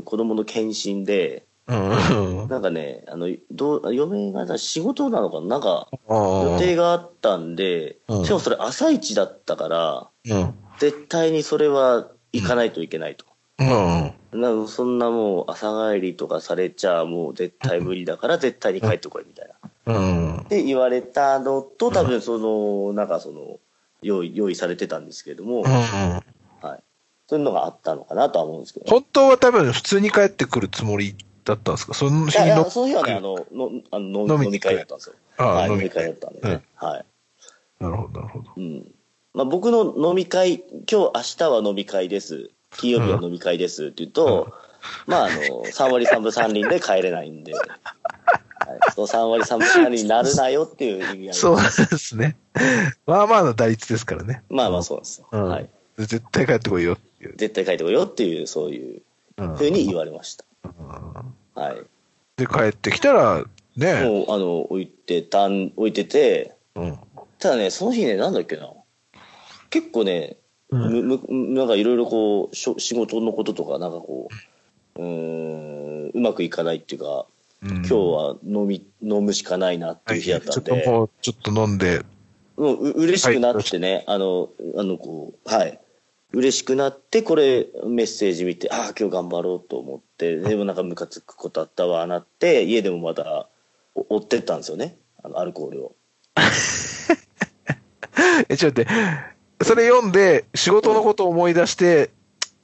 子供の検診で、
うんうん。
なんかね、あの、どう、嫁が仕事なのかななんか、
あ
予定があったんで、
うん
しかもそれ朝一だったから、
あ。うん。
絶対にそれは行かないといけないと。
うん。
なんかそんなもう朝帰りとかされちゃもう絶対無理だから絶対に帰ってこいみたいな。
うん。
で言われたのと多分その、なんかその、用意、用意されてたんですけども、
うん。
はい。そういうのがあったのかなとは思うんですけど。
本当は多分普通に帰ってくるつもりだったんですかその
い
日
やい
の
や、。その日はね、あの、のあの
飲
飲
み
み
に行く
会だったんですよ。
あ
は
あ、
い、
飲
飲
み
み
会
会だ。ったんでね。はい。
なるほど、なるほど。
うんまあ、僕の飲み会、今日明日は飲み会です、金曜日は飲み会ですって言うと、まあ、あの、3割3分3厘で帰れないん
[LAUGHS]
で、はい、そう3割3分3厘になるなよっていう意味合いで
そうですね。まあまあの打率ですからね。
まあまあそうなんですよ。
うん
はい。
絶対帰ってこいよっていう。
絶対帰ってこいよっていう、そういう
うん
ふうに言われました。はい。
で、帰ってきたら、ね。
もう、あの、置いてたん、置いてて、
うん。
ただね、その日ね、なんだっけな。結構ね、むむむなんかいろいろこうしょ、仕事のこととか、なんかこう、うーん、うまくいかないっていうか、
今
今日は飲み、飲むしかないなっていう日だったん
ちょっと
で、
もう、ちょっと飲んで、
もうう嬉しくなってね、あの、あの、こう、はい。嬉しくなって、これ、メッセージ見て、ああ、今日頑張ろうと思って、でもなんかムカつくことあったわ、なって、家でもまたお追ってったんですよね、あのアルコールを。
え、ちょっと待って、それ読んで、仕事のことを思い出して、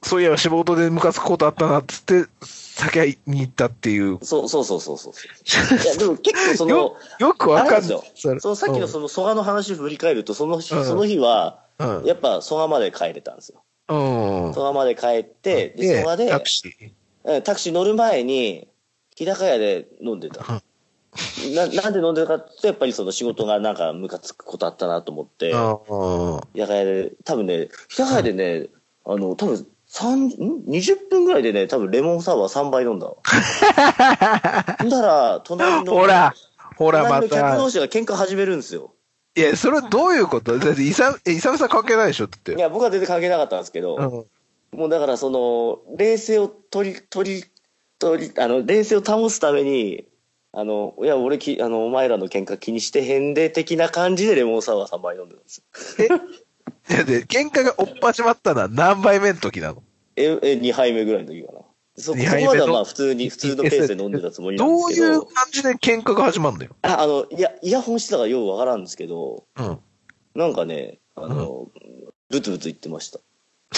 そういえば仕事でムカつくことあったなっつって、酒に行ったっていう。
そうそうそうそうそう。いや、でも結構その
よ、よくわ
あれな
か
ん
ん
です
ない
よ。。そのさっきのその蘇我の話を振り返ると、その日、その日は、
の、
やっぱ蘇我まで帰れたんですよ。
うん。うん
蘇我まで帰って、で、
で
蘇我で
タクシー。
うんタクシー乗る前に、日高屋で飲んでた。ななんで飲んでたかって、やっぱりその仕事がなんかムカつくことあったなと思って、
うん
日高屋で、多分ね、日高屋でね、あの、多分三ん20分ぐらいでね、多分レモンサワー3杯飲
[LAUGHS]
んだわ。ほんだら、隣の、
ほら、ほら、
隣
ま
の客
た
同。士が喧嘩始めるんですよ。
いや、それどういうことだって、イサム、えイサムさん関係ないでしょだって。
いや、僕は全然関係なかったんですけど、
うん。
もうだからその、冷静を取り、取り、取り、あの、冷静を保つために、あの、いや、俺き、あの、お前らの喧嘩気にしてへんで、的な感じでレモンサワー3杯飲んでたんですよ。
いや、で、喧嘩がおっ始まったのは何杯目の時なの
え、え、2杯目ぐらいの時かな。そこ
二
そ
杯
こ
目
までは
の
まあ普通に、普通のペースで飲んでたつもりなんで
ど
す
う
け
い
ど。
う感じで喧嘩が始まるんだよ。
あ、あの、いや、イヤホンしてたからようわからんですけど、
うん。
なんかね、あの、ブツブツ言ってました。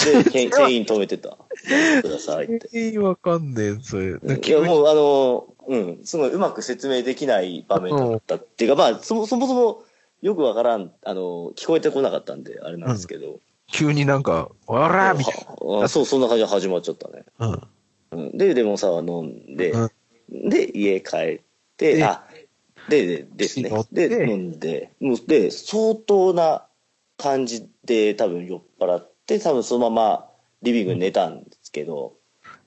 で、店店員止めてた。飲んでくださいって。
えー、わかんねえ、それ。
いや、もう、あの、うん、そのうまく説明できない場面だったっていうか、まあ、そもそもそもよくわからん、あの、聞こえてこなかったんで、あれなんですけど。
急になんか、わらーみたい
はあそう、そんな感じで始まっちゃったね。
な。うん。
うん、で、レモンサワー飲んで、
うん
で、家帰って、
で
あ、で、でですね
乗っ。て
で、飲んで、もうで、相当な感じで多分酔っ払って、多分そのままリビングに寝たんですけど、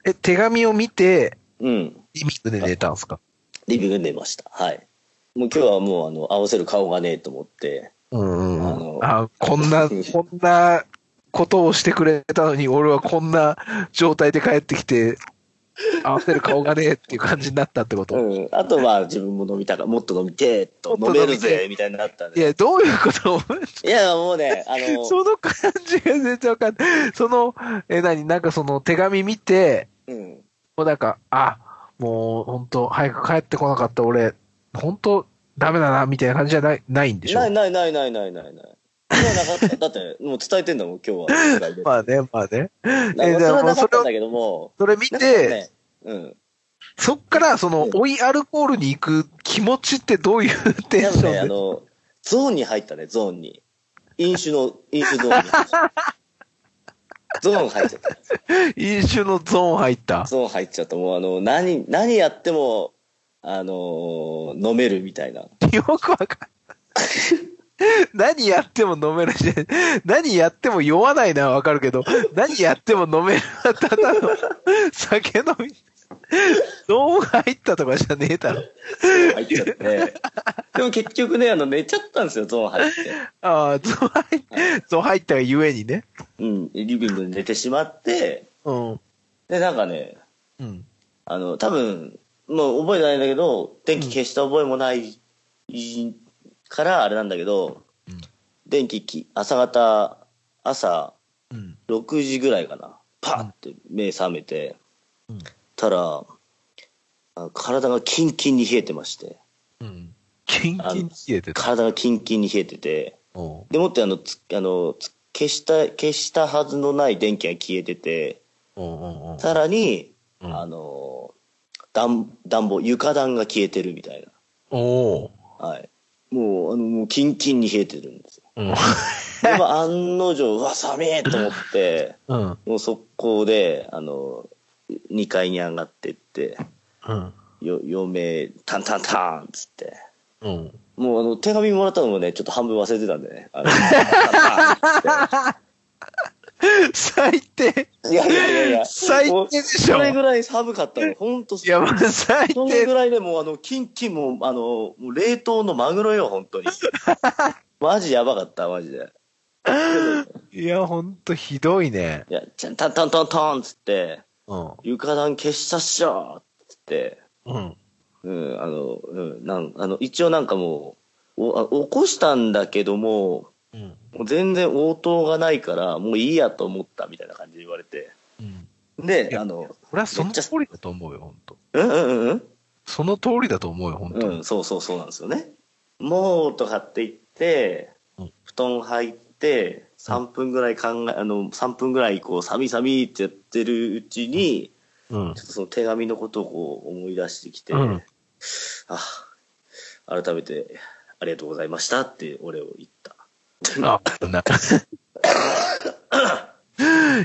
え、手紙を見て、
うん、
リミックで寝たんすか
リビングで寝ました。はい。もう今日はもうあの合わせる顔がねえと思って、
うん
あ
うんう
の
ん。あ、こんな、こんなことをしてくれたのに、俺はこんな状態で帰ってきて、合わせる顔がねえっていう感じになったってこと、
うん、あとまあ自分も飲みたかもっと飲みてえと
も
飲
っと
め
飲みてえ
るぜみたいになったん
い
で
や、どういうこと
いやもうねあ
[LAUGHS]
の
その感じが全然わかんない。その、え、なに、なんかその手紙見て、
うん
もうなんか、あ、もう本当早く帰ってこなかった俺、本当ダメだな、みたいな感じじゃない、ないんでしょ
ないないないないないないないそれはなかった [LAUGHS] だってもう伝えてんだもん今
[LAUGHS]
日はだから
まあね、まあね。
それ
えじゃ
は
あもう
なか
そ
っ
れ
た
を
んだけども
それ見
なんか
て、
ねうん
そっからその
うん、
追いアルコールに行く気持ちってどういうテ
多
ンシ
分ねあ
ョンで
のゾーンに入ったねゾーンに飲酒の飲酒ゾーンに入った
[LAUGHS]
ゾーン入っちゃった
飲酒のゾーン入った。
ゾーン入っちゃったもうあの何何やってもあの飲めるみたいな
[LAUGHS] よくわかんない。何やっても飲めるし、何やっても酔わないのはわかるけど、何やっても飲めるのはただの酒飲み、ゾーン入ったとかじゃねえだろ。
入っちゃって。でも結局ね、あの、寝ちゃったんですよ、ゾーン入って。
ああ、ゾーン入った、ゾーン入ったがゆえにね。
うん、リビングで寝てしまって、
うん。
で、なんかね、
うん。
あの、多分、もう覚えてないんだけど、電気消した覚えもないから、あれなんだけど、
うん
電気き、朝方、朝
うん。
6時ぐらいかな、パッて目覚めて、
うん
たら、あ体がキンキンに冷えてまして、
うん。キンキンに冷えてた。
体がキンキンに冷えてて、
おう
でもってあのつあのつ消した消したはずのない電気が消えてて
おうおうおう
さらに、
うん
あの暖暖房床暖が消えてるみたい
おう
な、はい、もうあのもうキンキンに冷えてるんですよ
うん。
で
[LAUGHS]
も案の定うわ寒いと思って
うん。
もう速攻であの2階に上がってって
うん。
よ嫁タンタンタンっつって
うん。
もうあの手紙もらったのもねちょっと半分忘れてたんでねあの [LAUGHS] タンタンタンっつっ
最低。
ていやいやいやいや
[LAUGHS] 最低でし
そ
ょ。
れぐ
い
らい寒かったの、本当
や、まあ、最
それ
低
ぐらいでもう、あの、キンキンもう、あの、もう冷凍のマグロよ、本当
[LAUGHS]
に。マジやばかった、マジで。
いや、ほんとひどいね。
いや、ちゃん、タンタンタンタンっつって、
うん。
床暖消したっしょっつって、
うん。
うん、あの、うん、なん、あの、一応なんかもう、おあ起こしたんだけども、
うん。
もう全然応答がないから、もういいやと思ったみたいな感じで言われて。
うん。い
で、
や
あの、
これはその通りだと思うよ、本当
うんうんうん
その通りだと思うよ、本
う
当
ん。うん、そうそうそうなんですよね。もうとかって言って
うん、
布団入って、3分ぐらい考え、あの、3分ぐらいこう、サビサビってやってるうちに、
うん
ちょ。っとその手紙のことをこう思い出してきて、
うん
あ、改めてありがとうございましたって俺を言った。
あ、 [LAUGHS] な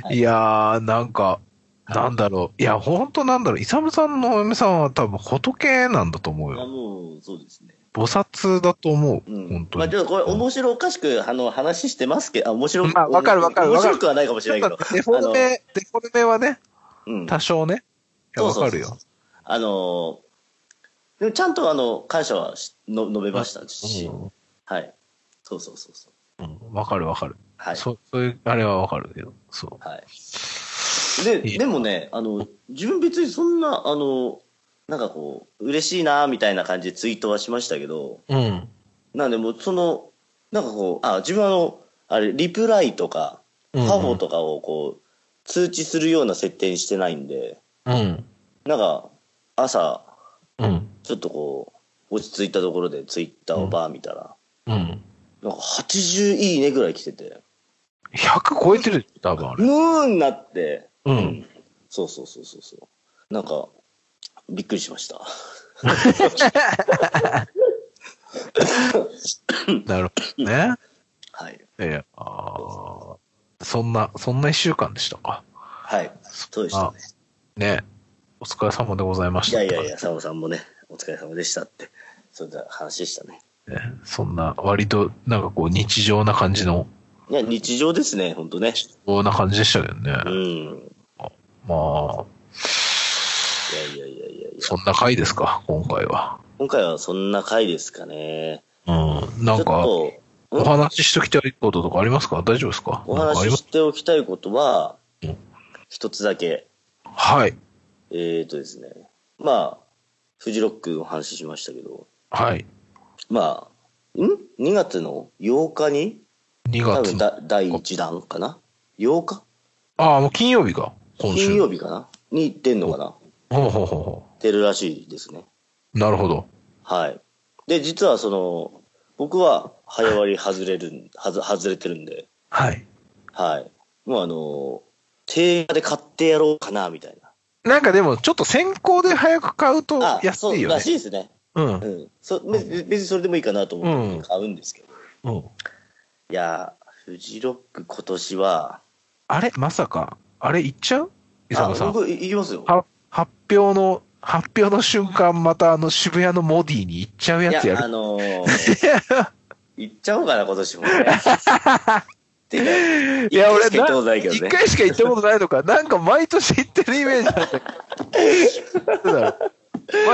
い。いやー、なんか、なんだろう。いや、ほんとなんだろう。イサムさんのお嫁さんは多分仏なんだと思う
あ
よ。
もう、そうですね。
菩薩だと思う。
うん。
本当
まあ、
に。
ちょっとこれ、面白おかしく、あの、話してますけど、あ、面白
まあわかるわかる
面白くはないかもし
ちょ
れ
っ
ない
と
けど。
デフォルメ、デフォルメはね、
あのうん。
多少ね。いや、
そう
わ
そうそう
かるよ。
あの、でもちゃんと、あの、感謝はしの述べましたし、
う
はい。そうそうそうそう。
ん。わかるわかる。
はい。
そう、そういう、あれはわかるけど。そ
はい。で、
いい
でもね、あの、自分別にそんな、あの、なんかこう、嬉しいな、みたいな感じでツイートはしましたけど、
う。うん。
なんでもうその、なんかこう、あ、自分はあの、あれ、リプライとか、
うん
ファボとかをこう、通知するような設定にしてないんで、
うん。
なんか、朝、
うん。
ちょっとこう、落ち着いたところでツイッターをバー見たら、
うん。
なんか80いいねぐらい来てて、
100超えてる、多分あ
う
れ。
ーんなって、
うん。
そうそうそうそうそう。なんか、びっくりしました。
なるほどね。
はい。
ええ、ああ、そんな、そんな一週間でしたか。
はい。そうでしたね。
ね。お疲れ様でございまし
い
た。
やいやいや、サボさんもね、お疲れ様でしたって、そんな話でしたね。
ねそんな、割と、なんかこう、日常な感じの、
いや、日常ですね、本当ね。
こうな感じでしたけどね。
うん。
まあ、
いやいやいやいやいや。
そんな回ですか、今回は。
今回はそんな回ですかね。
うん。なんか、
ちょっ
お話ししときたいこととかありますか大丈夫ですか
と、お
なんかあり
話
ま
し
す
しておきたいことは
うん、
一つだけ。
はい。
えーとですね。まあ、フジロックの話しましたけど、
はい。
まあ、ん ?2 月の8日に
2
多
月
分
の。
だ第1弾かな ?8 日
ああ、もう金曜日か。今週。
金曜日かなに出んのかな
ほうほうほうほ
出るらしいですね。
う。なるほど。
はい。で、実はその、僕は早割り外れるん、はず、外れてるんで、
はい。
はい。もうあの、定価で買ってやろうかな、みたいな。
なんかでも、ちょっと先行で早く買うと
あ、
安
そう
いよ
ら
ね
し。いですね。
うん
う。ん。そ別別にそれでもいいかなと思って買うんですけ
う
ど。
ん。
いやー、フジロック今年は、
あれまさか、あれ行っちゃう伊
あ
沢さん。
僕いいきますよ。
は発表の、発表の瞬間、またあの渋谷のモディに行っちゃう
い
やつや
や、あ
る。
の
[LAUGHS]
ー、行っちゃおうかな、今年もね。っていうか、
いや、
一回
俺
しか行ったこと
な、
ないけど
一
ね。
回しか行ったことないのか。なんか毎年行ってるイメージなんだけど。どうだろう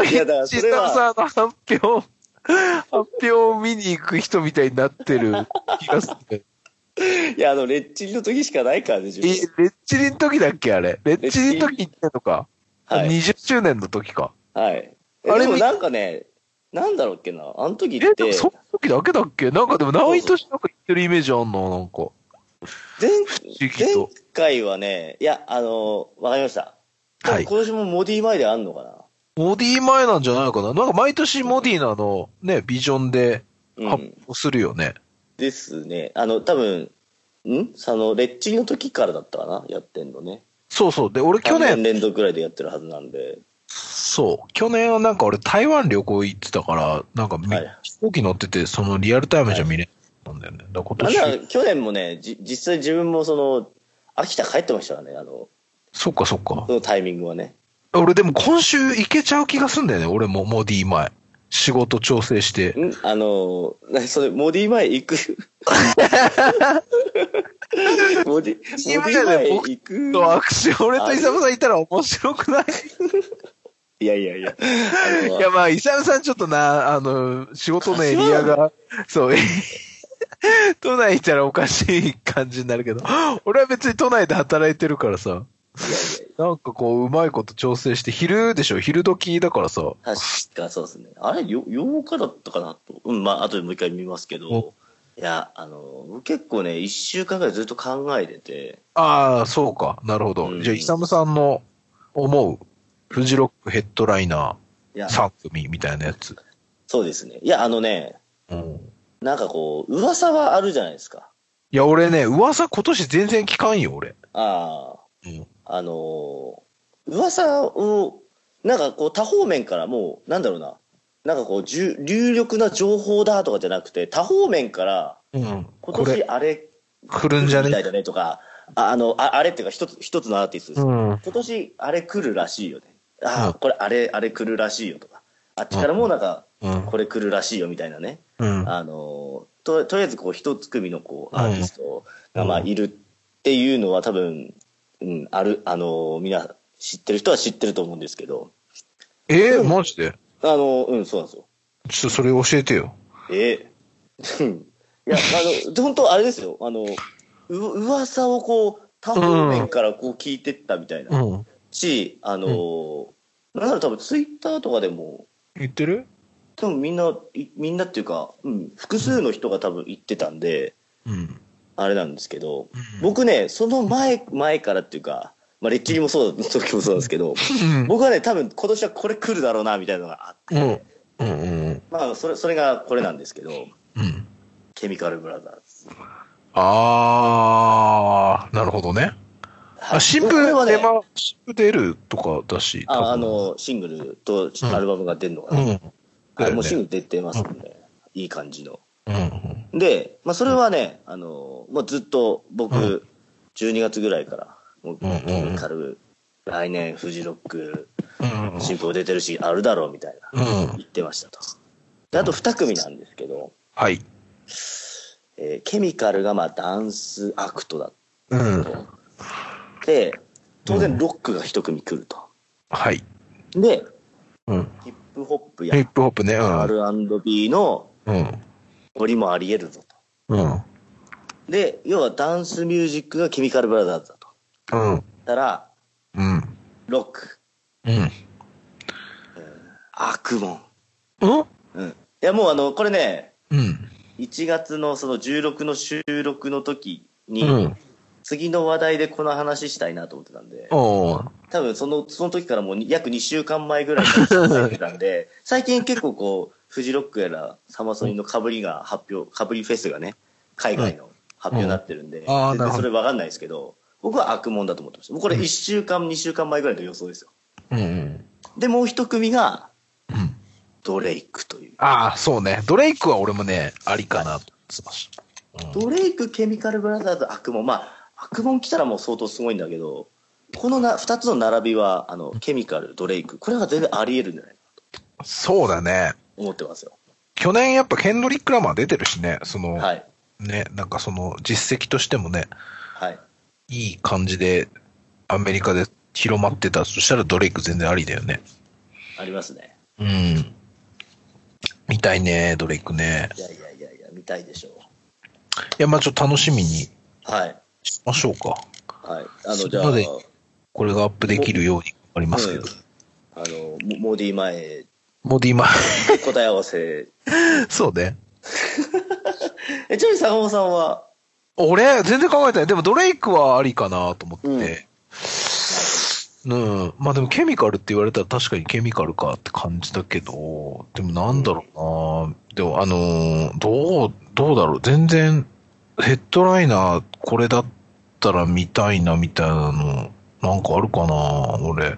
毎
いやだから
日、
そ
伊
れは
沢さんの発表、発表を見に行く人みたいになってる気がする。
いや、あの、レッチリの時しかないからね、自
え、
分
レ。ッチリの時だっけあれ。レッチリの時行ってんのか。
はい。
20周年の時か。
はい。
あ
あ
れ
れも
み
なんかね、なんだろうっけな、あの時
え、
っ
でも
て、
その時だけだっけなんかでも、毎年なんか行ってるイメージあんな、なんか。
前
議と
前回はね、いや、あの、わかりました。
は
はいい。今年もモディ前であんのかな。
モディ前なんじゃないかななんか毎年モディのあの、ね、ビジョンで
う
発
ん。
表するよね。
ですね。あの、多分、んその、レッチリの時からだったかな、やってんのね。
そうそう。で、俺去
三
年、
連続ぐらいでやってるはずなんで。
そう。去年はなんか俺台湾旅行行ってたから、なんかみ、
はい
飛行機乗ってて、そのリアルタイムじゃ見れなかったんだよね。だから
なん
今
な
年、
ら去年もね、じ実際自分もその、秋田帰ってましたからね、あの、
そっかそっか
そ。のタイミングはね。
俺でも今週行けちゃう気がすんだよね。俺もモディ前。仕事調整して。
んあのー、なそれ、モディ前
[LAUGHS]
行くモディ、モディ前行く
と握手、俺とイサムさんいたら面白くない
いやいやいや。あの
いや、まあ、イサムさんちょっとな、あの、仕事のエリアが、そう、 [LAUGHS] 都内いたらおかしい感じになるけど、俺は別に都内で働いてるからさ、
いやいや
なんかこう、うまいこと調整して、昼でしょ昼時だからさ、
確かそうですね。あれ、よ8日だったかなと。うん、まあ、後でもう一回見ますけど、いや、あの、僕結構ね、一週間ぐらいずっと考えてて、
ああ、そうか。なるほど。
うん
じゃあ、イサムさんの思う、フジロックヘッドライナ
い
ー
や、
3組みたいなやつ。
そうですね。いや、あのね、
うん。
なんかこう、噂はあるじゃないですか。
いや、俺ね、噂今年全然聞かんよ、俺。
あ
うん。
あ、あのー噂を、なんかこう、多方面からもう、なんだろうな、なんかこう、じゅ流力な情報だとかじゃなくて、多方面から、
うん。
今
これ
年、あれ、
来るんじゃ
みたい
ね
だねとか、ああの、ああれっていうか、一つ、一つのアーティストです
うん。
今年あれ来るらしいよね。あ
うん
あ、これあれ、あれ来るらしいよとか。あっちからもなんか、
うん。
これ来るらしいよみたいなね。
うん。
あのー、と、とりあえずこう一つ組のこう、アーティスト
うん
がまあいるっていうのは多分、うん、ある、あのー、みんな知ってる人は知ってると思うんですけど。
えー、マジで
あのー、うん、そうなんですよ。
ちょっとそれ教えてよ。
ええいや、あの、 [LAUGHS] 本当あれですよ。あの、う、噂をこう、他方面からこう聞いてったみたいな。
うん。
し、あのーなんだろう、多分ツイッターとかでも、
言ってる
多分みんな、いみんなっていうか、うん、複数の人が多分言ってたんで、
うん。
あれなんですけど、
うん
僕ね、その前、前からっていうか、まあ、レッキリもそうだ、時もそうなんで
[LAUGHS]
すけど、
うん
僕はね、多分今年はこれ来るだろうな、みたいなのがあって、
うん。うん。うん。
まあ、それ、それがこれなんですけど、
うん。
ケミカルブラザーズ。
あー、なるほどね。
は
あ、
い
新
これは
聞、
ね
出、ま、新聞出るとかだし。多分
ああ、の、シングルとアルバムが出るのか
う
な。
ん。
あ
だよね
もうシングル出てますもんね。いい感じの。
うん。
で、まあ、それはね、あのもうずっと僕、
う
12月ぐらいから、もう、
うんうんうん
ケミカル、来年、フジロック、
うん。
新婦出てるし、あるだろうみたいな、
うん。
言ってましたと。で、あと2組なんですけど、
はい。
えーケミカルがまあダンスアクトだっ
うん。
て、当
うん
然ロックが1組来ると。
はい。
で、
うん。
ヒップホップ
ヒ
や
ップホップね。う
R&B の
ん。うん。
ノリもあり得るぞと。
うん。
で、要はダンスミュージックがケミカルブラザーズだと。
うん。
たら、
うん。
ロック、
うん。
悪夢。
うん
うん。いや、もうあの、これね、
うん。
1月のその16の収録の時に、
うん。
次の話題でこの話したいなと思ってたんで、
おー
多分その、その時からもう約2週間前ぐらいから考えてた
[LAUGHS]
んで、最近結構こう、フジロックやらサマソニのかぶりが発表、かぶりフェスがね、海外の発表になってるんで、
んあー
全
なる
然
ほ
そ
ど
れわかんないですけど、僕は悪夢だと思ってました。もうこれ1週間、2週間前ぐらいの予想ですよ。
うん。うん。
で、もう一組が、ドレイクという。
ああ、そうね。ドレイクは俺もね、ありかなと思ってました。
ドレイク、ケミカルブラザーズ、悪夢。まあ、悪夢来たらもう相当すごいんだけど、このな2つの並びは、あの、ケミカル、ドレイク、これは全然あり得るんじゃないか
そうだね。
と思ってますよ。
去年やっぱケンドリック・ラマー出てるしね。その、
はい。
ね、なんかその実績としてもね、
はい。
いい感じでアメリカで広まってたとしたらドレイク全然ありだよね。
ありますね。
うん。見たいね、ドレイクね。
いやいやいやいや、見たいでしょう。
いや、まあちょっと楽しみに
はい。
しましょうか。
はい。あ
そ
の、
こ
じゃあ、
までこれがアップできるようにありますけど。
うんあの、モモディ前、
モディマ、 [LAUGHS]
答え合わせ。
そうね。
え、ちなみに坂本さんは、
俺、全然考えてない。でもドレイクはありかなと思って。うん。まあでもケミカルって言われたら確かにケミカルかって感じだけど、でもなんだろうな、でもあのーどう、どうだろう。全然、ヘッドライナーこれだったら見たいなみたいなの、なんかあるかな俺。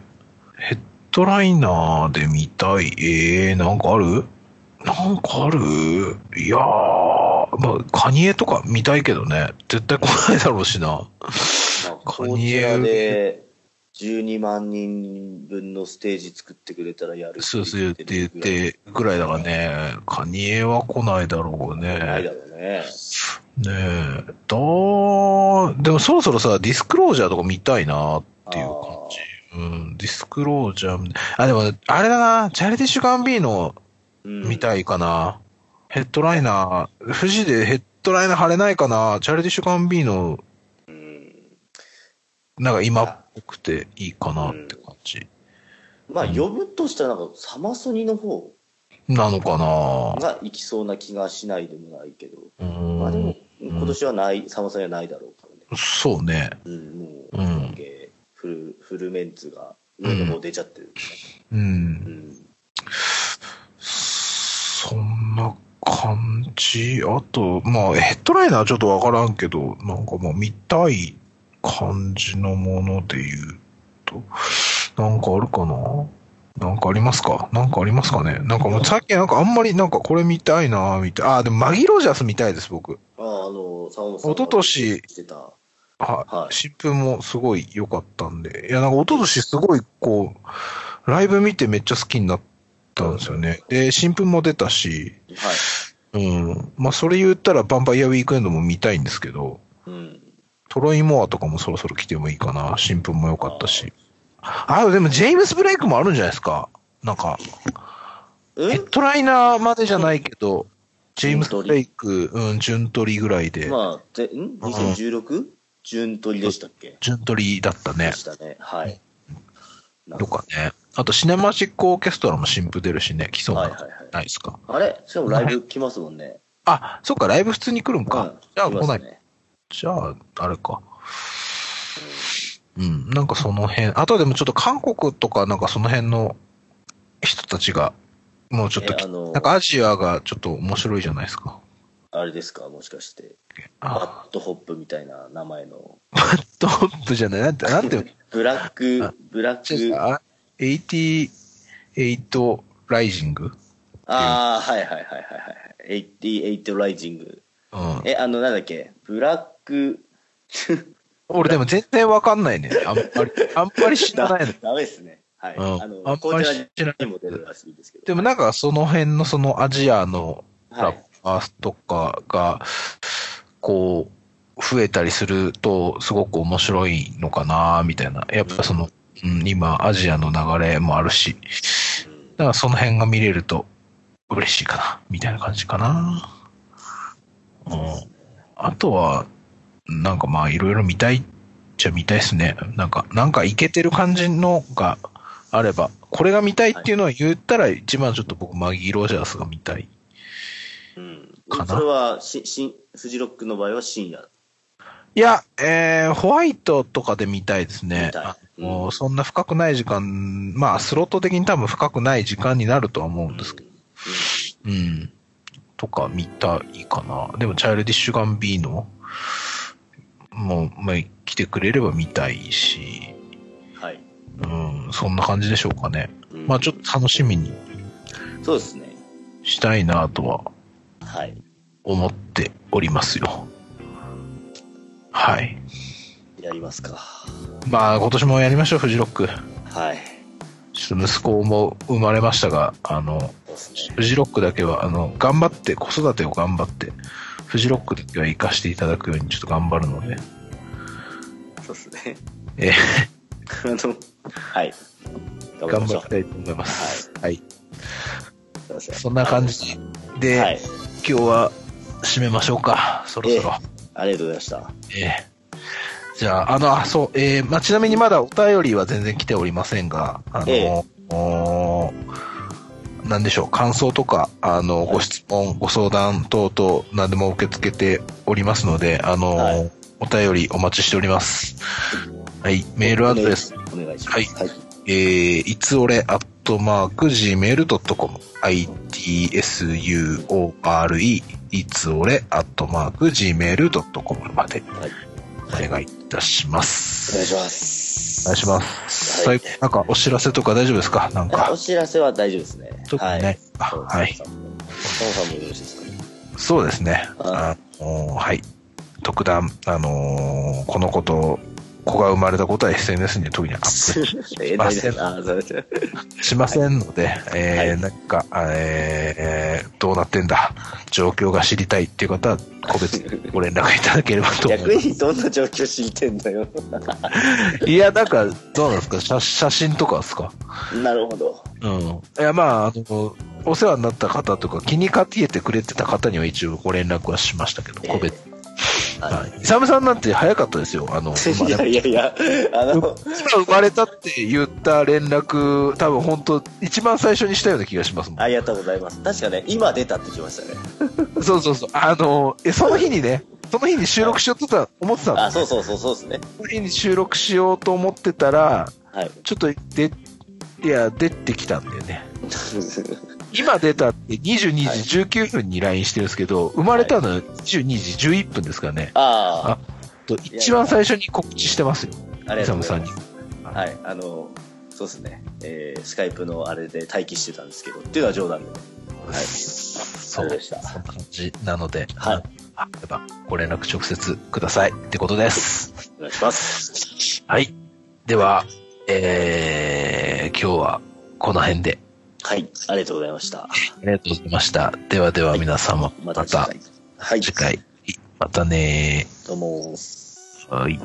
ヘッドライナーで見たい。えー、なんかあるなんかあるいやー、まあ、カニエとか見たいけどね。絶対来ないだろうしな。
こちらで、12万人分のステージ作ってくれたらやる
そうそう言って言っ
るぐらい
て、ぐらいだからね。カニエは来ないだろう
ないだ
ね。
ろうね。
ねえ。どう、でもそろそろさ、ディスクロージャーとか見たいなっていう感じ。うん、ディスクロージャー、あ、でも、あれだな、チャリティッシュガンビーの
うん
見たいかな。ヘッドライナー、富士でヘッドライナー貼れないかな。チャリティッシュガンビーの
うん
なんか今っぽくていいかなって感じ。
まあ、呼ぶとしたら、なんか、サマソニの方、
なのかな
がいきそうな気がしないでもないけど、
う
まあで
ー
も
ん。、
今年はない、さんまさんにはないだろうからね。
そうね。
うん、もう、
うん
なんかフル、フルメンツが上の方出ちゃってる。
う。
うんん。
そんな感じ。あと、まあ、ヘッドライナーちょっとわからんけど、なんかまあ、見たい感じのもので言うと、なんかあるかななんかありますかなんかありますかねなんかもうさっきなんかあんまりなんかこれ見たいなみたいな。あー、でもマギロジャス見たいです、僕。
ああ、あの、坂本さん。
一昨年
してた。
はい。
はい。
新聞もすごい良かったんで。いや、なんか一昨年すごいこう、ライブ見てめっちゃ好きになったんですよね。で、新聞も出たし、
はい。
うん。まあ、それ言ったら、バンパイアウィークエンドも見たいんですけど、
うん。
トロイ・モアとかもそろそろ来てもいいかな。新聞も良かったし。あ、でも、ジェームス・ブレイクもあるんじゃないですか。なんか、
う
ヘ
ん
ッドライナーまでじゃないけど、ジェームス・ブレイク、うん、順取りぐらいで、
まあ、で、ん ?2016? 順取りでしたっけ
順取りだったね
で。したね。はい。なん
とかね。あと、シネマチックオーケストラも新譜出るしね、来そうな、
はい
ん
はい
じ
はい
ゃ。ないですか。
あれしかもライブ来ますもんね。
あ、そっか、ライブ普通に来るんか。
うん
じゃあ
来
来
ます
ない。
ね。
じゃあ、あれか。うん、なんかその辺。あとでもちょっと韓国とかなんかその辺の人たちが、もうちょっとき、
えあの
なんかアジアがちょっと面白いじゃないですか。
あれですかもしかして。
あ、
バッドホップみたいな名前の。
トップじゃない。
[LAUGHS]
なんて、なんて、
ブラック、ブラック。
あ88ライジング
ああ、はいはいはいはいはい。88ライジング。
うん。
え、あの、なんだっけブラック、
俺でも全然わかんないね。あんま
[LAUGHS]
り、あんまり知ら
ダ
ないの。
メですね。はい。
うん
あ
あんま
の、
り
こちら
知らない
にも出るらしいですけど。
でもなんかその辺のそのアジアの
は
ラ
い
ッ。パーとかが、こう、増えたりすると、すごく面白いのかな、みたいな。やっぱその、うん、今、アジアの流れもあるし、
うん
だからその辺が見れると、嬉しいかな、みたいな感じかな。うん。あとは、なんかまあ、いろいろ見たいっちゃ見たいですね。なんか、なんかいけてる感じのがあれば、これが見たいっていうのを言ったら、一番ちょっと僕、マギー・ロジャースが見たい。
うん
かな
それはしし、フジロックの場合は深夜。
いや、えー、ホワイトとかで見たいですね
見。たい
あ
うん
もうそんな深くない時間、まあ、スロット的に多分深くない時間になるとは思うんですけど、うん。とか見たいかな。でも、チャイルディッシュガンビーノもう、まあ、来てくれれば見たいし、
うんはい。
うん、そんな感じでしょうかね。まあ、ちょっと楽しみに
と。そうですね。
したいなとは
はい。
思っておりますよ。はい。
やりますか。
まあ、今年もやりましょう、フジロック。
はい。
ちょっと息子も生まれましたが、あの、
そうですね。
フジロックだけは、あの、頑張って、子育てを頑張って、フジロックだけは活かしていただくようにちょっと頑張るので、
そうですね。 [LAUGHS]
え
あの、はい。
ー頑
頑張りま
張
しょう
り。たいと思います。はい。
すいません
そんな感じで、
はい。
今日は締めましょうか、そろそろ。
ありがとうございました。
ええじゃあ、あの、あ、そう、えーまあ、ちなみにまだお便りは全然来ておりませんが、あの、
え
おなんでしょう、感想とか、あの、
はい
ご質問、ご相談等々、何でも受け付けておりますので、あの、
はい
お便りお待ちしております。はい、メールアドレス、
お願いします。はい。
えー、いつ俺アットマーク gmail.com itsure いつ俺アットマーク gmail.com まで
はい。
お願いいたしま
お願い
す。
します。
お願いします。
はい
最後なんかお知らせとか大丈夫ですかなん
あ
か
お。知らせは大丈夫ですね。
特に
は
ないい。あはい
そうそうそう。トムさんもよろしいですかね。
そうですね。
あ
あのーはい。特段、あのーこのこと、子が生まれたことは SNS に特にアップ
[LAUGHS] え大丈夫です。あ、そうです。
しませんので、え
は
ーなんか、えーどうなってんだ、状況が知りたいっていう方は、個別にご連絡いただければと思い
逆
ま
にどんな状況知りてんだよ。
す。いや、なんか、どうなんですか写写真とかですか
なるほど。
うん。いや、まあ、あの、お世話になった方とか、気にかけてくれてた方には一応ご連絡はしましたけど、個別に。
は
イサムさんなんて早かったですよ。あの、生ま
[LAUGHS] い。いや
れ
いやいや、あの、
今生まれたって言った連絡、多分本当一番最初にしたような気がしますもん。
ありがとうございます。確かね、今出たって言ってましたね。
そうそうそう。あの、え、その日にね、その日に収録しようとた、思ってたん
あ、
です
そうそうそう、そうですね。
その日に収録しようと思ってたら、
はい。
ちょっと、で、いや、出てきたんだよね。今出たって22時19分に LINE してるんですけど、生まれたのは22時11分ですからね。
あ
と一番最初に告知してますよ。
あ、あり
イ
がと
サ
う
ム
ござ
さ
い
ん
ま
に
す。。はい、あの、そうですね、えー、スカイプのあれで待機してたんですけど、っていうのは冗談で。はい
そ
あ
う
れでした
そんな感じなので、
はい
あやっぱご連絡直接くださいってことです。
お願いします。
はい。では、えー、今日はこの辺で
はい、ありがとうございました。
ありがとうございました。ではでは皆様、
ま
ま
た
た
次回。はい、
次回、またね
どうも。
はい。